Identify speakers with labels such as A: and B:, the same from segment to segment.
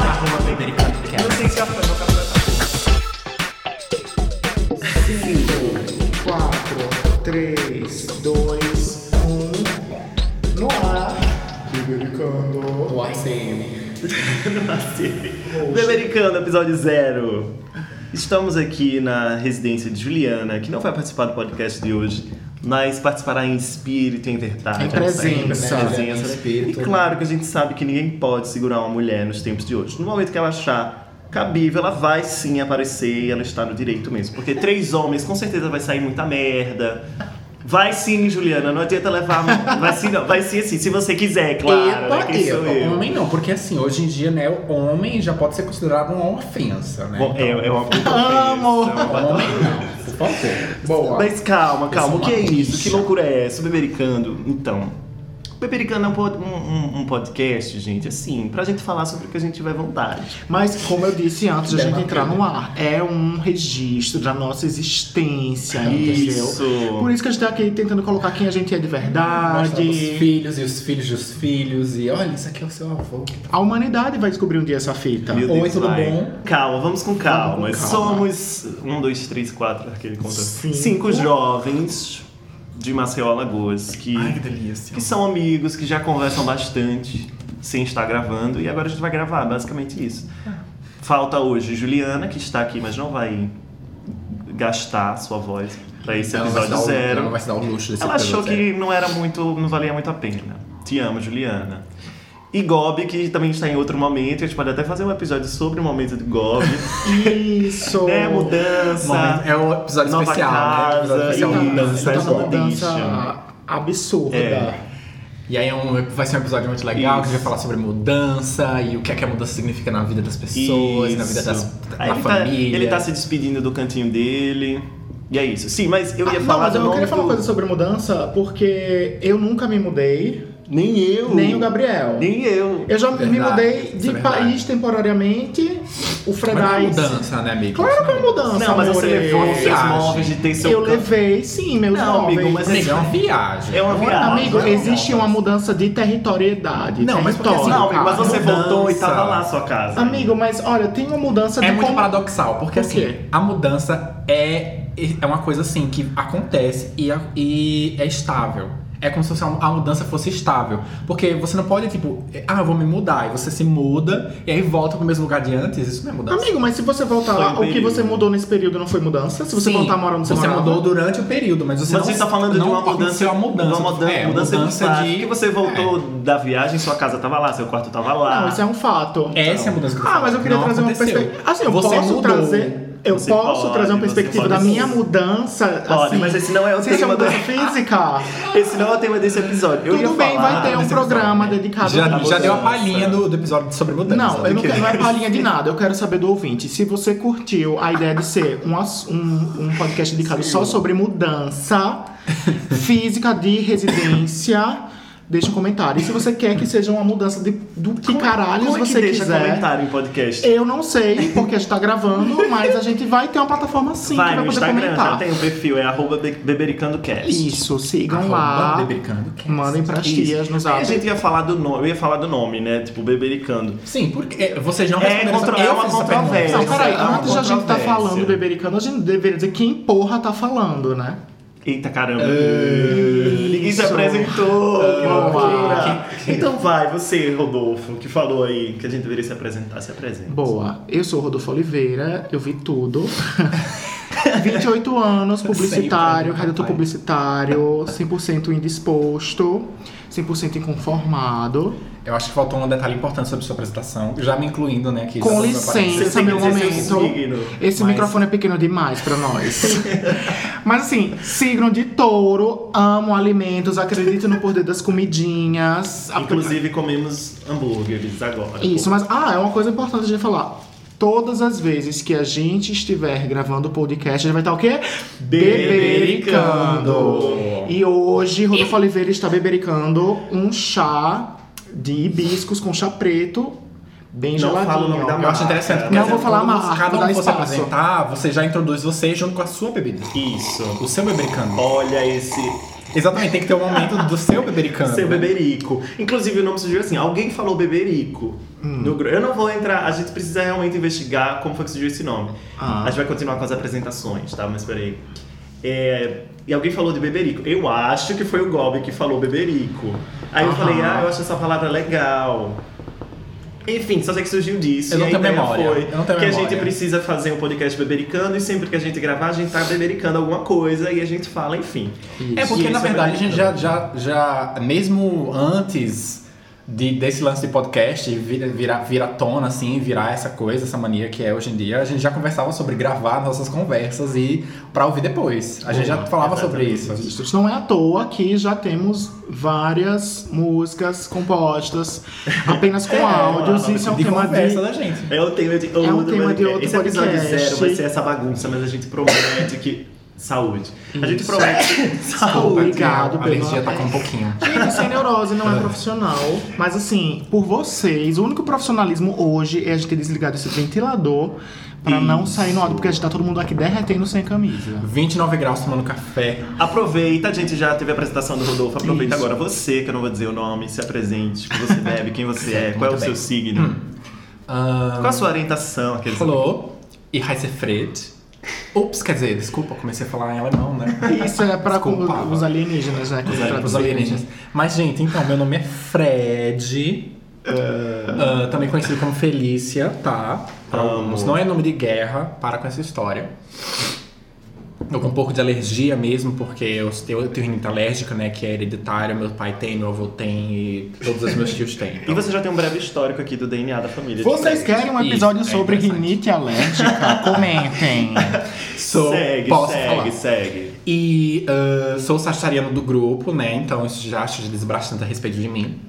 A: Não sei se é a fã, meu cabelo tá
B: 3, 2, 1. No ar. Libericando.
C: O ACM.
A: Bebericando, episódio zero. Estamos aqui na residência de Juliana, que não vai participar do podcast de hoje, mas participará em espírito e em verdade.
B: Em presença.
A: Em presença.
C: né? Em espírito. né?
A: E claro que a gente sabe que ninguém pode segurar uma mulher nos tempos de hoje. No momento que ela achar cabível, ela vai sim aparecer e ela está no direito mesmo. Porque três homens, com certeza vai sair muita merda. Vai sim, Juliana, não adianta levar. Vai sim, não. Vai sim, assim, se você quiser, claro. né?
C: epa,
A: Quem sou
C: epa.
A: eu?
C: Homem não, porque assim, hoje em dia, né, o homem já pode ser considerado uma ofensa, né?
A: Bom, é, é uma puta
B: Amo.
A: ofensa, é uma
C: Então, homem não, por favor.
B: Boa.
A: Mas calma, calma, o que é
C: Isso é uma
A: isso? Que
C: bicha.
A: loucura é essa? O Bebericando, então. O Bebericando é um, pod- um- um- um podcast, gente, assim, pra gente falar sobre o que a gente tiver vontade.
B: Mas, como eu disse antes, de a gente
C: Debatendo.
B: entrar no ar, é um registro da nossa existência, entendeu? Por
A: Isso.
B: isso que a gente tá aqui tentando colocar quem a gente é de
C: Mostrar os
B: verdade.
C: filhos e os filhos dos filhos, e olha, isso aqui é o seu avô.
B: A humanidade vai descobrir um dia essa fita.
A: Meu
C: Oi,
A: Deus,
C: tudo
A: vai.
C: bom?
A: Calma, vamos com calma.
C: Vamos com calma.
A: Somos um, dois, três, quatro, aquele conta.
B: Cinco.
A: Cinco jovens de Maceió Alagoas que,
B: delícia.
A: que são amigos, que já conversam bastante sem estar gravando, e agora a gente vai gravar, basicamente isso. Falta hoje Juliana, que está aqui, mas não vai gastar sua voz para esse
C: Ela não vai se
A: episódio
C: dar o-
A: zero.
C: Ela não vai se dar o luxo desse
A: Ela achou
C: episódio zero.
A: que não era muito, não valia muito a pena. Te amo, Juliana. E Gob, que também está em outro momento, a gente pode até fazer um episódio sobre o momento de Gob,
B: Isso.
A: né? Mudança.
C: Momento- É um episódio
A: Nova
C: especial, né?
A: casa,
C: Episódio especial,
A: e-
C: mudança,
A: Mudança,
B: Tá uma
C: igual.
B: mudança absurda.
A: É.
C: E aí é um- vai ser um episódio muito legal, que
A: Isso.
C: vai falar sobre mudança e o que é que a mudança significa na vida das pessoas, na vida das,
A: Aí
C: da
A: ele tá,
C: família.
A: ele tá se despedindo do cantinho dele. E é isso. Sim, mas eu
B: Ah,
A: ia
B: não,
A: falar.
B: mas
A: do
B: eu não
A: nome
B: queria falar
A: do-
B: uma coisa sobre mudança, porque eu nunca me mudei,
A: Nem eu.
B: nem o Gabriel.
A: Uh. Nem eu.
B: Eu já me
C: Verdade,
B: mudei
C: isso
B: de
C: é verdade.
B: país temporariamente, o
C: Mas não é
B: Fredais.
C: mudança, é né, amigo?
B: Claro que é uma mudança.
A: Não, mas você
B: amore.
A: levou os seus
C: Viagem.
A: móveis de ter seu
B: Eu
A: canto.
B: levei, sim, meus
A: Não,
B: móveis.
A: amigo, mas
C: Amigo, é uma viagem.
A: É uma viagem.
B: Amigo,
C: Não,
B: existe
C: não.
B: uma mudança de territoriedade.
C: Não, mas porque
B: território,
C: assim,
A: Não, amigo, mas
B: cara.
A: você
C: Mudança.
A: voltou e tava lá a sua casa.
B: Amigo, mas olha, tem uma mudança
C: É
B: de
C: muito
B: como-
C: paradoxal, porque
B: Por quê?
C: assim, a mudança é, é uma coisa assim que acontece e é, e é estável. É como se fosse uma- a mudança fosse estável. Porque você não pode, tipo, ah, eu vou me mudar. E você se muda, e aí volta pro mesmo lugar de antes. Isso não é mudança.
B: Amigo, mas se você voltar
A: Foi um
B: lá, o que
A: período.
B: você mudou nesse período não foi mudança? Se você
C: Sim,
B: voltar morando, você,
C: Você
B: morava?
C: mudou durante o período, mas você
A: Mas
C: não
A: você tá falando de
C: não
A: uma mudança,
C: aconteceu a mudança.
A: uma mudança,
C: É,
A: mudança, de, fato,
C: de-
A: que você voltou da viagem, sua casa tava lá, seu quarto tava lá.
B: é. Não, isso é um fato.
C: É, Essa é a mudança que eu tô
B: Ah, mas eu
C: falando.
B: queria
C: Não
B: trazer
C: aconteceu.
B: uma perspectiva. Assim, eu
C: Você
B: posso
C: mudou.
B: trazer. Eu
A: Você
B: posso
A: pode,
B: trazer uma
A: você
B: perspectiva
A: pode
B: da minha
A: sim.
B: mudança.
A: Pode,
B: assim,
A: mas esse não é o
B: sem ser
A: tema do-
B: mudança física.
A: Esse não é o tema desse episódio. Eu ia
B: Tudo bem,
A: falar né?
B: vai ter um
A: desse
B: programa dedicado
C: Já,
B: a
A: da
C: já deu a
A: mudança.
C: palhinha do, do episódio sobre mudança.
B: Não, eu não,
A: que-
B: quero, não é palhinha de nada. Eu quero saber do ouvinte. Se você curtiu a ideia de ser um, ass- um, um podcast dedicado só sobre mudança física de residência, deixa um comentário. E se você quer que seja uma mudança de, do que caralho
A: Como é que
B: você
A: deixa
B: quiser.
A: comentário em podcast?
B: Eu não sei, porque a gente tá gravando, mas a gente vai ter uma plataforma sim
A: vai
B: que vai
A: no
B: poder
A: Instagram, já
B: comentar.
A: tem o perfil, é arroba be- bebericandocast.
B: Isso, sigam
C: Arroba
B: lá.
C: Bebericandocast.
B: Mandem pras
A: Isso.
B: tias nos
A: Aí a
B: zap.
A: gente ia falar do nome, eu ia falar do nome, né? Tipo, bebericando.
C: Sim, porque é, vocês não
A: É
C: responderam essa-
A: contra- é
C: eu
A: uma
C: fiz essa pergunta.
A: controvérsia.
B: Não, peraí,
A: Isso é uma
B: antes de a gente tá
A: controvérsia.
B: falando bebericando, a gente deveria dizer quem porra tá falando, né?
A: Eita caramba! Ninguém se apresentou! que
B: Boa.
A: loucura. Então vai, você, Rodolfo, que falou aí que a gente deveria se apresentar, se apresenta.
B: Boa, eu sou o Rodolfo Oliveira, eu vi tudo. 28 anos, publicitário,
C: Sempre,
B: redator
C: papai.
B: publicitário, 100% indisposto, 100% inconformado.
C: Eu acho que faltou um detalhe importante sobre sua apresentação, já me incluindo, né? Aqui,
B: Com
C: já
B: licença.
C: apareceu.
A: Você tem que
B: Esse é meu
A: dizer seu
B: momento.
A: signo.
B: Esse
C: Mas-
B: microfone é pequeno demais pra nós. Mas assim, signo de touro, amo alimentos, acredito no poder das comidinhas.
A: Inclusive comemos hambúrgueres agora.
B: Isso, mas ah, é uma coisa importante de falar. Todas as vezes que a gente estiver gravando o podcast, a gente vai estar o quê?
A: Bebericando.
B: E hoje, Rodolfo Oliveira está bebericando um chá de hibiscos com chá preto, bem
A: Não
B: geladinho.
A: fala o nome da
C: Eu acho interessante. porque,
B: Não
C: assim,
B: vou falar
C: quando
B: marca,
C: Cada
B: vou
C: um
B: dar
C: que você
B: espaço.
C: apresentar, você já introduz você junto com a sua bebida.
A: Isso.
C: O seu bebericando.
A: Olha esse
C: Exatamente, tem que ter o momento do seu né? bebericano.
A: Seu beberico. Inclusive, o nome surgiu assim: alguém falou beberico.
B: Hum.
A: no gru- eu não vou entrar, a gente precisa realmente investigar como foi que surgiu esse nome.
B: Ah.
A: A gente vai continuar com as apresentações, tá? Mas peraí. É, e alguém falou de beberico. Eu acho que foi o Gob que falou beberico. Aí eu
B: Aham.
A: falei: ah, eu acho essa palavra legal. Enfim, só sei que surgiu disso.
C: Eu
A: e
C: não
A: a
C: tenho
A: ideia
C: memória,
A: foi
C: eu não tenho
A: que a
C: memória.
A: gente precisa fazer um podcast bebericando e sempre que a gente gravar, a gente tá bebericando alguma coisa e a gente fala, enfim.
C: É porque,
A: E isso
C: na
A: é
C: verdade, a gente já,
A: bebericando.
C: já, já mesmo antes de, desse lance de podcast vir- virar vira tona, assim, virar essa coisa, essa mania que é hoje em dia, a gente já conversava sobre gravar nossas conversas e pra ouvir depois. A gente já falava sobre isso.
B: Isso Não é à toa que já temos várias músicas compostas apenas com áudios. Isso é um
C: de
B: tema de
C: conversa né? da gente.
A: É o tema de outro,
B: É um tema de
A: podcast.
B: outro
A: Esse episódio
B: podcast.
A: zero vai ser essa bagunça, mas a gente promete que. Saúde. A gente
B: Isso.
A: promete.
B: Saúde. Obrigado
C: a
B: pelo
C: alergia tá com um
B: alerta.
C: pouquinho.
B: Gente, sem neurose não é profissional. Mas assim, por vocês, o único profissionalismo hoje é a gente ter desligado esse ventilador pra não sair no áudio, porque a gente tá todo mundo aqui derretendo sem camisa.
C: 29 graus tomando café.
A: Aproveita, a gente já teve a apresentação do Rodolfo. Aproveita
B: Isso.
A: agora você, que eu não vou dizer o nome, se apresente, o que você bebe, quem você é, qual é o
C: Muito
A: seu
C: bem.
A: signo,
C: Ah,
A: qual a sua orientação. Aqueles...
C: Falou. E Heisefred. Ups, quer dizer, desculpa, comecei a falar em alemão, né?
B: Isso é pra com-
C: Desculpa.
B: os alienígenas, né? que
C: Os
B: eu
C: ali- os
B: traduzi.
C: alienígenas. Mas, gente, então, meu nome é Fred.
A: É.
C: Ah, também conhecido como Felícia, tá? Pra
A: Amo.
C: alguns. Não é nome de guerra, para com essa história. Eu com um pouco de alergia mesmo, porque eu tenho, eu tenho rinite alérgica, né? Que é hereditária, meu pai tem, meu avô tem e todos os meus tios têm.
A: E
C: Então,
A: você já tem um breve histórico aqui do DNA da família.
B: Vocês querem um
C: Isso,
B: episódio
C: é
B: sobre
C: interessante.
B: rinite alérgica? Comentem.
C: sou-
A: segue,
C: posso
A: segue,
C: falar.
A: segue.
C: E ah, sou sagitariano do grupo, né? Então isso já acho já diz bastante a respeito de mim.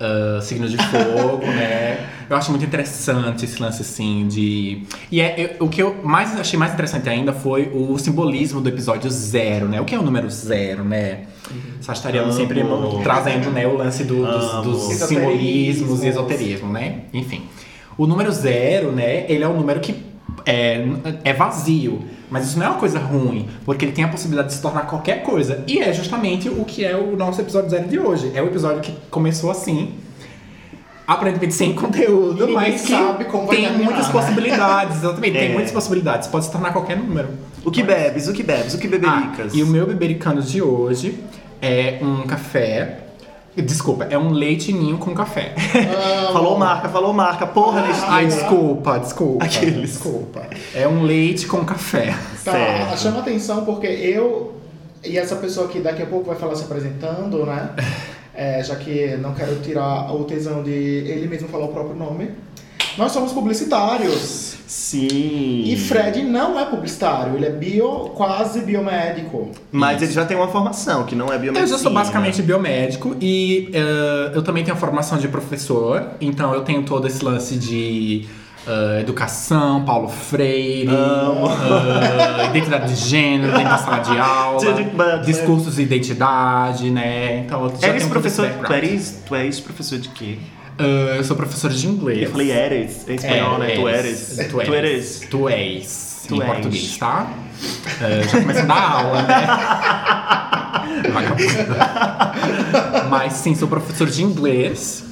C: Ah, signo de fogo, né? Eu acho muito interessante esse lance assim de. E é, eu- o que eu mais achei mais interessante ainda foi o simbolismo do episódio zero, né? O que é o número zero, né? Sagitariano
A: Amo.
C: sempre trazendo né, o lance do, dos,
A: Amo.
C: dos
D: Esoterismos.
C: simbolismos e esoterismo, né? Enfim. O número zero, né? Ele é um número que é, é vazio. Mas isso não é uma coisa ruim, porque ele tem a possibilidade de se tornar qualquer coisa. E é justamente o que é o nosso episódio zero de hoje. É o episódio que começou assim. Aparentemente sem conteúdo,
D: Ninguém
C: mas que
D: sabe como vai
C: tem
D: terminar,
C: muitas
D: né?
C: possibilidades. Exatamente, tem
A: É.
C: muitas possibilidades. Pode se tornar qualquer número.
A: O que bebes, o que bebes, o que bebericas?
C: Ah, e o meu bebericano de hoje é um café. Desculpa, é um leite ninho com café.
A: Falou marca, falou marca, porra, né? Nestlé.
C: Ai, desculpa, desculpa.
A: Aqueles.
C: Desculpa. É um leite com café.
B: Tá,
A: Certo.
B: chama atenção porque eu e essa pessoa que daqui a pouco vai falar se apresentando, né? É, já que não quero tirar o tesão de ele mesmo falar o próprio nome. Nós somos publicitários.
A: Sim.
B: E Fred não é publicitário, ele é bio, quase biomédico.
A: Mas ele já tem uma formação, que não é biomedicina.
C: Eu já sou basicamente biomédico e eh, eu também tenho a formação de professor, então eu tenho todo esse lance de eh, educação, Paulo Freire, eh, identidade de gênero dentro da sala de
A: Judith
C: aula,
A: Butler.
C: discursos de identidade, né? Então eu já
A: né? Eres
C: tenho todo esse
A: professor. Tu
C: background.
A: eres, tu eres professor de quê?
C: Eh, eu sou professor de inglês.
A: Eu falei "É, eres, em espanhol, né? Tu eres.
C: Tu eres. Tu eres.
A: Tu
C: em
A: és.
C: português, tá? Eh, já começa a dar aula, né? Vagabunda. Mas sim, sou professor de inglês.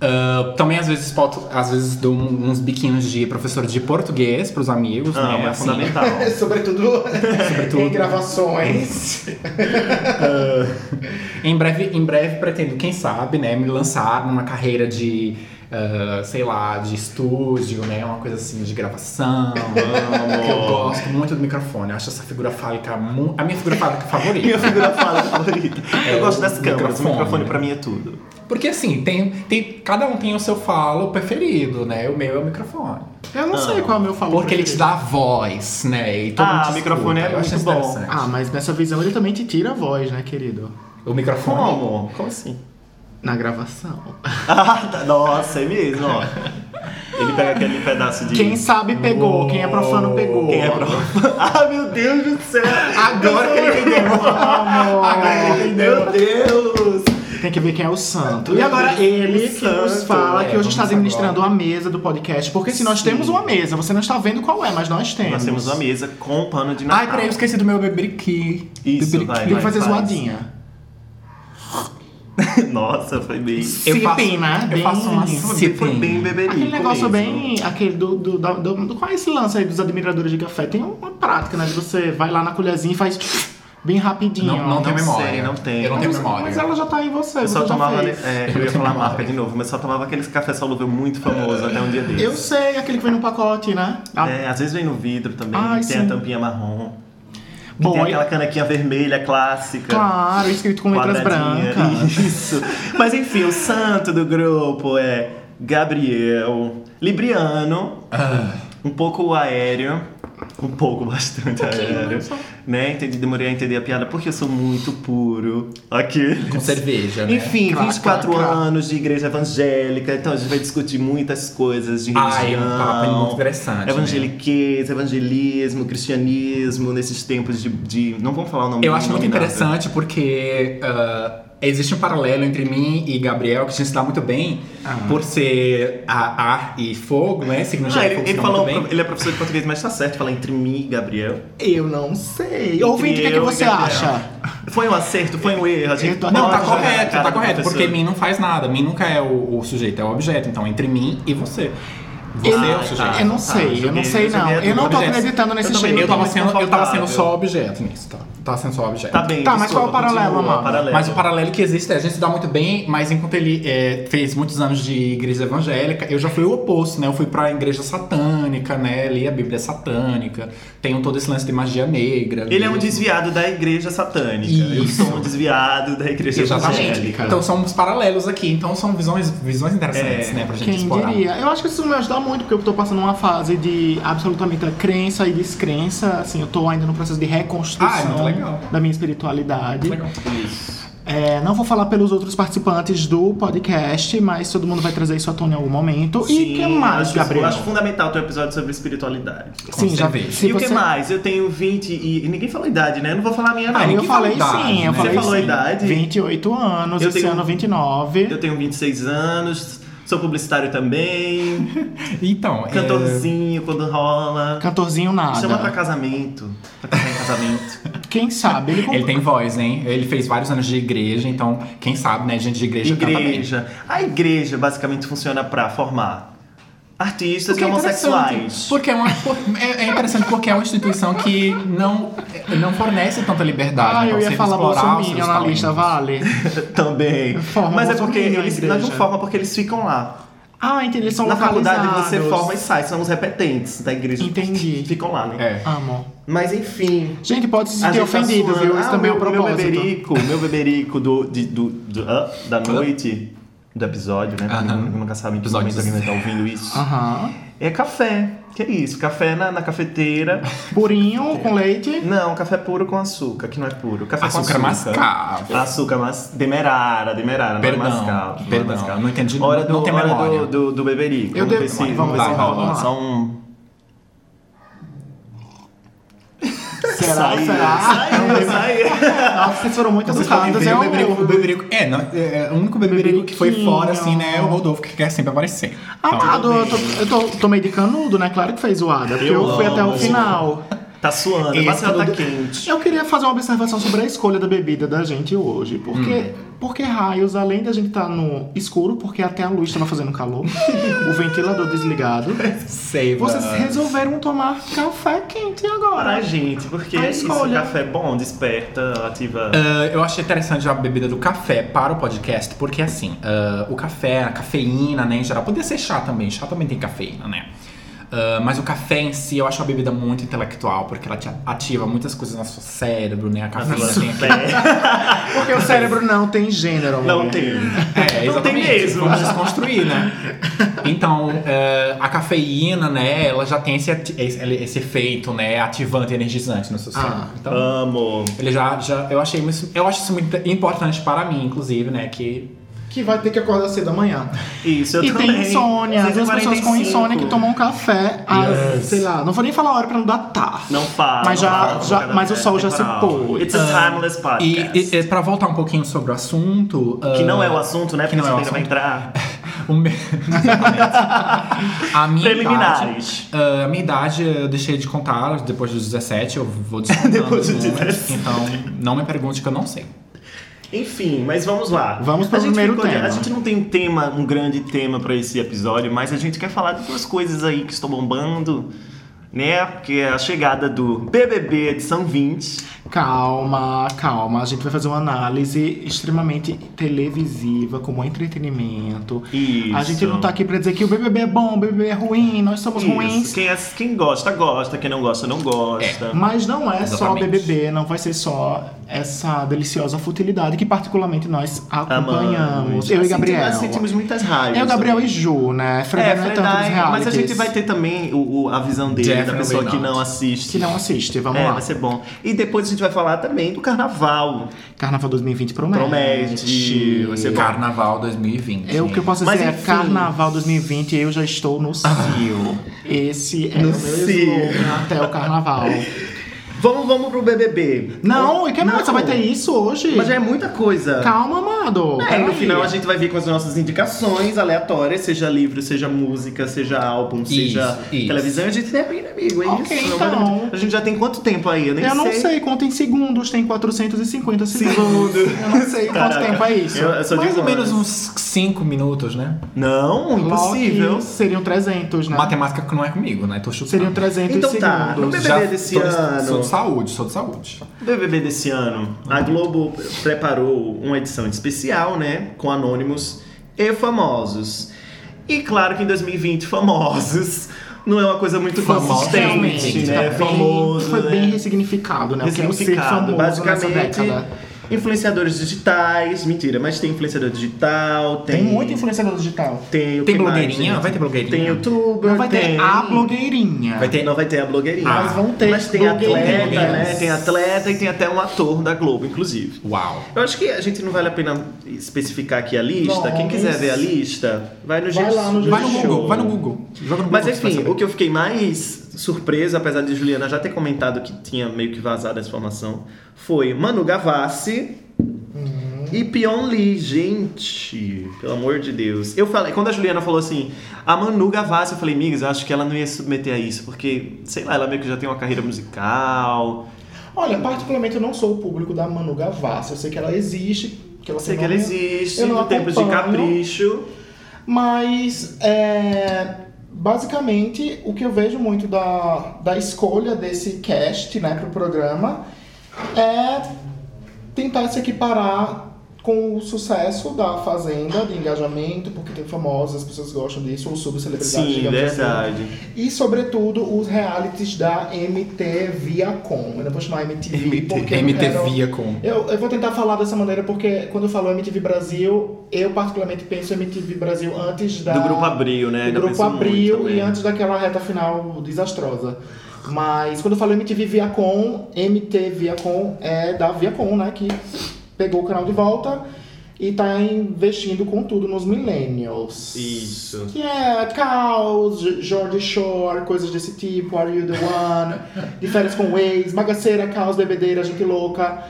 C: Ah, também às vezes boto- às vezes dou um- uns biquinhos de professor de português pros amigos,
A: Ah,
C: né?
A: mas é
C: assim.
A: fundamental.
B: Sobretudo,
C: Sobretudo.
B: em gravações.
C: Em breve, em breve pretendo, quem sabe, né, me lançar numa carreira de, ah, sei lá, de estúdio, né, uma coisa assim de gravação. que eu gosto muito do microfone, eu acho essa figura fálica mu- a minha figura fálica
A: Minha
C: favorita.
A: figura fala favorita.
C: É,
A: eu gosto
C: o
A: das câmeras, o
C: microfone.
A: microfone pra mim é tudo.
C: Porque assim, tem, tem, cada um tem o seu falo preferido, né? O meu é o microfone.
B: Eu não sei qual é o meu favor.
C: Porque ele te dá a voz, né? E todo
A: Ah,
C: mundo te
A: o microfone
C: escuta.
A: é
C: Eu acho
A: muito
C: isso
A: bom.
C: interessante.
B: Ah, mas nessa visão ele também te tira a voz, né, querido?
C: O microfone.
A: Como? Como assim?
B: Na gravação.
A: Ah, tá- nossa, é mesmo, ó. Ele pega aquele pedaço de.
B: Quem sabe pegou, quem é profano pegou.
A: Quem é pro... Ah, meu Deus do céu!
C: Agora que ele entendeu.
B: Amor.
C: Ah, é. Agora que ele entendeu.
A: Meu Deus!
B: Tem que ver quem é o santo. E agora ele que nos
A: santo,
B: fala
C: é,
B: que hoje está
C: vamos
B: administrando a mesa do podcast. Porque se nós
A: Sim.
B: temos uma mesa, você não está vendo qual é, mas nós temos.
A: Nós temos uma mesa com um pano de Natal.
C: Ai, peraí, eu esqueci do meu beberiqui.
A: Isso,
C: Beberiqui.
A: vai,
B: Tem que fazer
A: faz.
B: zoadinha.
A: Nossa, foi bem.
C: Eu faço-
B: Sipping, né?
C: eu faço uma
A: Foi,
C: Sim,
A: foi
C: tem.
A: bem beberico.
B: Aquele negócio
A: mesmo.
B: bem. Aquele do, do, da- do, do- Qual é esse lance aí dos admiradores de café? Tem uma prática, né? De você vai lá na colherzinha e faz bem rapidinho.
C: Não, não tem
B: Mas-
C: memória.
A: sei, não tem.
C: Eu não tenho memória.
B: Mas ela já tá em você.
A: Eu
B: você
A: só
B: já
A: tomava.
B: fez.
A: é, eu ia falar a marca de novo, mas só tomava aquele café solúvel muito famoso até um dia desses.
B: Eu sei, aquele que vem no pacote, né? A-
A: É, às vezes vem no vidro também,
B: Ai,
A: tem a
B: sim.
A: tampinha marrom. que
B: Bom,
A: tem
B: eu-
A: aquela canequinha vermelha clássica.
B: Claro, escrito com letras
A: quadradinha.
B: brancas.
A: Isso. Mas enfim, o santo do grupo é Gabriel, libriano, um pouco aéreo, um pouco bastante aéreo. Né? Entendi, demorei a entender a piada porque eu sou muito puro. Aqui.
C: Com cerveja, né?
A: Enfim,
B: Crá,
A: 24
B: crá, crá.
A: anos de igreja evangélica, então a gente vai discutir muitas coisas de religião.
C: Ai, é um papo muito interessante,
A: Evangeliquez, evangelismo, cristianismo, nesses tempos de, de- Não vamos falar o nome
C: Eu
A: do
C: acho muito
A: nome nada.
C: interessante porque ah, existe um paralelo entre mim e Gabriel que a gente se dá muito bem por ser a- ar e fogo, né? Signo de
A: Ah,
C: ar e
A: ele,
C: fogo se
A: ele
C: dão
A: falou,
C: muito bem.
A: ele é professor de português, mas tá certo falar entre mim e Gabriel.
B: Eu não sei. Ouvinte, o que, é que
A: eu e
B: você
A: Gabriel.
B: acha?
A: Foi um acerto, foi um erro. A gente
B: Eu tô- é
C: Não,
A: bota
C: tá
A: já na
C: correto,
A: cara
C: tá
A: do
C: correto,
A: professor.
C: porque mim não faz nada, mim nunca é o, o sujeito, é o objeto. Então, entre mim e você. Você
A: Ah,
C: é o
A: tá.
C: sujeito.
B: eu não
A: tá,
B: sei, eu não
A: joguei-
B: sei não.
A: joguei a
B: Eu não tô
C: dúvida.
B: acreditando nesse
A: Eu também
B: jeito.
C: Eu tava, sendo, eu tava sendo
A: desconfortável.
C: só objeto nisso, tá? Tava sendo só objeto.
A: Tá bem,
B: Tá, mas qual
A: desculpa,
B: o paralelo,
A: continua,
B: amado?
A: paralelo.
C: Mas o paralelo que existe é, a gente se dá muito bem, mas enquanto ele é, fez muitos anos de igreja evangélica, eu já fui o oposto, né? Eu fui pra igreja satânica, né? Li a Bíblia satânica, tenho todo esse lance de magia negra. né?
A: Ele é um
C: mesmo.
A: desviado da igreja satânica. Eu
C: Isso.
A: sou um desviado da igreja
C: Exatamente.
A: evangélica.
C: Então são uns paralelos aqui, então são visões, visões interessantes,
A: É.
C: né, pra gente
B: Quem
C: explorar.
B: diria? Eu acho que isso me ajuda muito, porque eu tô passando uma fase de absolutamente crença e descrença. Assim, eu tô ainda no processo de
C: Ah, é
B: reconstrução
C: muito legal.
B: da minha espiritualidade.
C: Legal.
B: É, não vou falar pelos outros participantes do podcast, mas todo mundo vai trazer isso à tona em algum momento. e
A: Sim,
B: o que mais,
A: acho,
B: Gabriel?
A: acho fundamental o teu episódio sobre espiritualidade.
B: Sim, já vi.
C: certeza.
B: Se
A: e o
B: você-
A: que mais? Eu tenho 20 e, e ninguém falou idade, né? Eu não vou falar a minha, não.
C: Ah,
B: Ah, eu
C: ninguém
B: falei
C: fala idade,
B: sim, eu
C: né?
B: falei
A: Você falou
B: sim.
A: a idade?
B: 28 anos,
A: Eu
B: esse
A: tenho-
B: ano 29.
A: Eu tenho 26 anos, sou publicitário também,
C: Então, é,
A: cantorzinho quando rola.
B: Cantorzinho nada.
A: Chama pra casamento. Pra casar em casamento.
B: Quem sabe? Ele,
C: ele tem voz, hein? Ele fez vários anos de igreja, então quem sabe, né, gente de igreja, canta bem.
A: igreja. A igreja basicamente funciona pra formar artistas
C: Porque
A: e
C: é interessante,
A: homossexuais.
C: Porque é, uma, por- é, é interessante porque é uma instituição que não, não fornece tanta liberdade.
B: Ah,
C: né, pra
B: eu ia
C: você
B: falar
C: explorar os
B: Bolsonaro
C: seus
B: na lista,
A: né?
C: talentos.
B: vale?
A: Também.
B: Forma
A: Mas é porque
B: bolsominion a
A: eles nós não
B: igreja.
A: formam porque eles ficam lá.
B: Ah, entendi, eles são
A: Na faculdade você
B: localizados.
A: forma e sai, são os repetentes da igreja.
B: Entendi.
A: Ficam lá, né?
C: É.
B: Amo.
A: Mas enfim.
B: Gente, pode se
A: a
B: sentir
A: gente tá
B: ofendido,
A: suando.
B: viu? Isso
A: Ah,
B: também é o
A: meu- Meu
B: propósito.
A: beberico, meu beberico do, de- do, do- ah, da noite, do episódio, né? Porque
C: Aham.
A: Nunca sabe em que
C: Episódio
A: momento alguém vai estar ouvindo isso.
C: Ah.
B: Aham.
A: É café. Que é isso? Café na, na cafeteira.
B: Purinho com leite.
A: Não, café puro com açúcar, que não é puro. Café
C: Açúcar
A: com açúcar.
C: mascavo.
A: Açúcar, é mas demerara, demerara,
C: Perdão,
A: não é mascavo. não é
C: perdão,
A: mascavo.
C: não entendi,
A: Hora
C: não-
A: do,
C: não tem
A: hora
C: memória.
A: do, do, do beberico.
B: Eu
A: Vamos ver
B: devo-
A: se-
B: vamos
C: lá,
A: se
C: Tá, vamos
A: rola.
B: lá.
A: Só um...
B: Será?
A: Saiu,
B: Será?
A: Saiu, saiu.
B: Nossa, vocês foram muito educados. É
C: o
A: né,
B: o
C: beberico, o beberico- é, não, é, é, o único beberico que foi
B: Beberiquinho.
C: fora, assim, né, é o Rodolfo, que quer sempre aparecer. Então,
B: Amado, Ah, eu, tô, eu tô, tomei de canudo, né? Claro que foi zoada, porque eu,
A: Eu
B: fui até o
A: amo.
B: final.
A: Tá suando, a
C: Esse
A: passada
C: é o
A: tá
C: do-
A: quente.
B: Eu queria fazer uma observação sobre a escolha da bebida da gente hoje. Porque,
A: Hum.
B: porque raios, além da gente estar no escuro, porque até a luz estava fazendo calor, o ventilador desligado,
C: sei,
B: vocês
C: mano.
B: resolveram tomar café quente agora.
A: Para a gente, porque
B: A
A: é isso,
B: escolha.
A: café bom, desperta, ativa...
C: Ah, eu achei interessante a bebida do café para o podcast, porque assim, ah, o café, a cafeína, né, em geral, poderia ser chá também, chá também tem cafeína, né? Ah, mas o café em si eu acho uma bebida muito intelectual, porque ela te ativa muitas coisas no seu cérebro, né? A cafeína tem aquele.
A: Pé.
B: Porque o cérebro não tem gênero.
A: Não
B: mulher.
A: tem.
C: É,
A: Não tem
C: exatamente.
A: mesmo.
C: Vamos desconstruir, né? Então, eh, a cafeína, né, ela já tem esse, ati- esse, esse efeito, né, ativante e energizante no seu cérebro.
B: Ah.
C: Então,
A: Amo.
C: ele já, já eu achei isso, eu acho isso muito importante para mim, inclusive, né, que
B: que vai ter que acordar cedo amanhã.
A: Isso, eu
B: e
A: também.
B: tem insônia, duas pessoas com
A: 6h45.
B: insônia que tomam um café às,
C: Yes.
B: sei lá, não vou nem falar a hora pra não tá. datar.
A: Não fala.
B: Mas
A: não
B: já-
A: fala,
B: já-
A: cada
B: mas o
A: vez
B: sol já se
A: temporal.
B: pôs.
A: It's a timeless
C: Ah, E,
A: podcast.
C: e, e pra voltar um pouquinho sobre o assunto.
A: que
C: ah,
A: não é o assunto, né?
C: que
A: Porque
C: não é o
A: você vai entrar.
C: o me- a minha idade,
A: Preliminares.
C: ah, a minha idade eu deixei de contar depois dos 17, eu vou descontando.
A: Depois dos
C: os números,
A: 17.
C: Então, não me pergunte que eu não sei.
A: Enfim, mas vamos lá.
B: Vamos pro
A: A gente
B: primeiro
A: ficou de-
B: tema.
A: A gente não tem um tema, um grande tema pra esse episódio, mas a gente quer falar de duas coisas aí que estão bombando, né? Porque é a chegada do BBB edição 20.
B: Calma, calma. A gente vai fazer uma análise extremamente televisiva, como entretenimento.
A: Isso.
B: A gente não tá aqui pra dizer que o BBB é bom, o BBB é ruim, nós somos
A: Isso.
B: ruins.
A: Quem, é- quem gosta, gosta. Quem não gosta, não gosta.
B: Mas não é só
C: Exatamente.
B: BBB, não vai ser só essa deliciosa futilidade que particularmente nós acompanhamos. Eu e
A: Assim,
B: Gabriel.
A: Nós sentimos muitas raivas.
B: Eu, Gabriel e
A: também.
B: Ju, né? Fred
A: É,
B: não é
A: Fred
B: tanto dos
A: Dye, mas a
B: realities
A: gente vai ter também o, o- a visão dele, da
C: Definitely
A: pessoa que
C: not.
A: não assiste.
B: Que não assiste, vamos
A: É,
B: lá.
A: vai ser bom. E depois a gente vai falar também do carnaval.
B: Carnaval 2020 promete.
A: Promete, vai ser bom.
C: Carnaval 2020.
B: Eu, o que eu posso dizer
A: Mas
B: é
A: enfim. Ah.
B: Carnaval 2020 eu já estou no Cio. Esse é
A: No
B: o meu
A: Cio.
B: slogan até o Carnaval.
A: Vamos, vamos pro BBB.
B: Não, e que mais? Só vai ter isso hoje?
A: Mas já é muita coisa.
B: Calma, amado.
A: É,
B: Peraí.
A: no final a gente vai vir com as nossas indicações aleatórias, seja livro, seja música, seja álbum, seja
C: isso.
A: televisão. A gente termina, amigo. É
B: Ok,
A: isso.
B: então.
A: A gente já tem quanto tempo aí? Eu nem
B: Eu
A: sei.
B: não sei, conta em segundos, tem 450 segundos.
A: Segundo.
B: Eu não sei quanto
A: Caraca,
B: tempo é isso.
A: Eu, eu sou de
C: Mais ou
A: humanas.
C: menos uns 5 minutos, né?
A: Não,
B: Logo que
A: impossível.
B: Seriam 300, né?
C: Matemática que não é comigo, né? Tô chutando.
B: Seriam 300
A: Então
B: segundos.
A: tá, no BBB desse
C: tô-
A: ano.
C: Sou de saúde, sou de saúde.
A: BBB desse ano, a Globo preparou uma edição especial, né? Com anônimos e famosos. E claro que em 2020, famosos não é uma coisa muito
C: Famosos,
A: consistente,
B: Realmente,
A: né?
B: tá bem-
A: famoso,
B: foi
A: né?
B: bem ressignificado, né? O que é o ser
A: Ressignificado,
B: famoso
A: basicamente.
B: nessa década.
A: Influenciadores digitais, mentira, mas tem influenciador digital, tem.
B: Tem muito influenciador digital.
A: Tem, o
C: Tem
A: que mais,
C: blogueirinha?
A: gente?
C: Vai ter blogueirinha?
A: Tem youtuber,
B: Não vai ter
A: tem-
B: a blogueirinha.
C: Vai ter-
A: Não Ah. vai ter a blogueirinha.
C: Ah,
A: mas
B: vão ter
A: Mas tem atleta,
B: blogueirinhas.
A: né? Tem atleta e tem até um ator da Globo, inclusive.
C: Uau.
A: Eu acho que a gente não vale a pena especificar aqui a lista.
B: Não,
A: Quem quiser
B: mas-
A: ver a lista, vai no
B: Vai
A: G-
B: lá no
A: G-
C: Vai no
A: Show.
C: Google, vai no Google. Joga no Google.
A: Mas
C: que você vai
A: enfim,
C: saber.
A: o que eu fiquei mais surpreso, apesar de Juliana já ter comentado que tinha meio que vazado essa informação, foi Manu Gavassi
B: Uhum.
A: e Pion Lee. Gente, pelo amor de Deus. Eu falei, quando a Juliana falou assim, a Manu Gavassi, eu falei, migas, eu acho que ela não ia se submeter a isso, porque, sei lá, ela meio que já tem uma carreira musical.
B: Olha, particularmente eu não sou o público da Manu Gavassi. Eu sei que ela existe, que ela
A: Eu sei
B: tem
A: que ela
B: nome,
A: existe,
B: eu não
A: no tempos de
B: acompanho.
A: capricho.
B: Mas é, basicamente o que eu vejo muito da, da escolha desse cast né, para o programa é tentar se equiparar com o sucesso da Fazenda, de engajamento, porque tem famosos, as pessoas gostam disso, ou subcelebridades,
A: Sim,
B: digamos assim.
A: verdade.
B: E, sobretudo, os realities da MT Viacom. Eu não vou chamar MTV, porque eu não quero-
C: MTV com.
B: eu, eu vou tentar falar dessa maneira porque quando eu falo MTV Brasil, eu particularmente penso MTV Brasil antes da.
A: Do grupo Abril, né?
B: do
A: Ainda
B: grupo
A: penso muito
B: Abril
A: também.
B: e antes daquela reta final desastrosa. Mas quando eu falo MTV Viacom, MT Viacom é da Viacom, né? Que pegou o canal de volta e tá investindo com tudo nos millennials.
A: Isso.
B: Que é Caos, Jordi Shore, coisas desse tipo, Are You The One, de férias com Waze, bagaceira, caos, bebedeira, gente louca.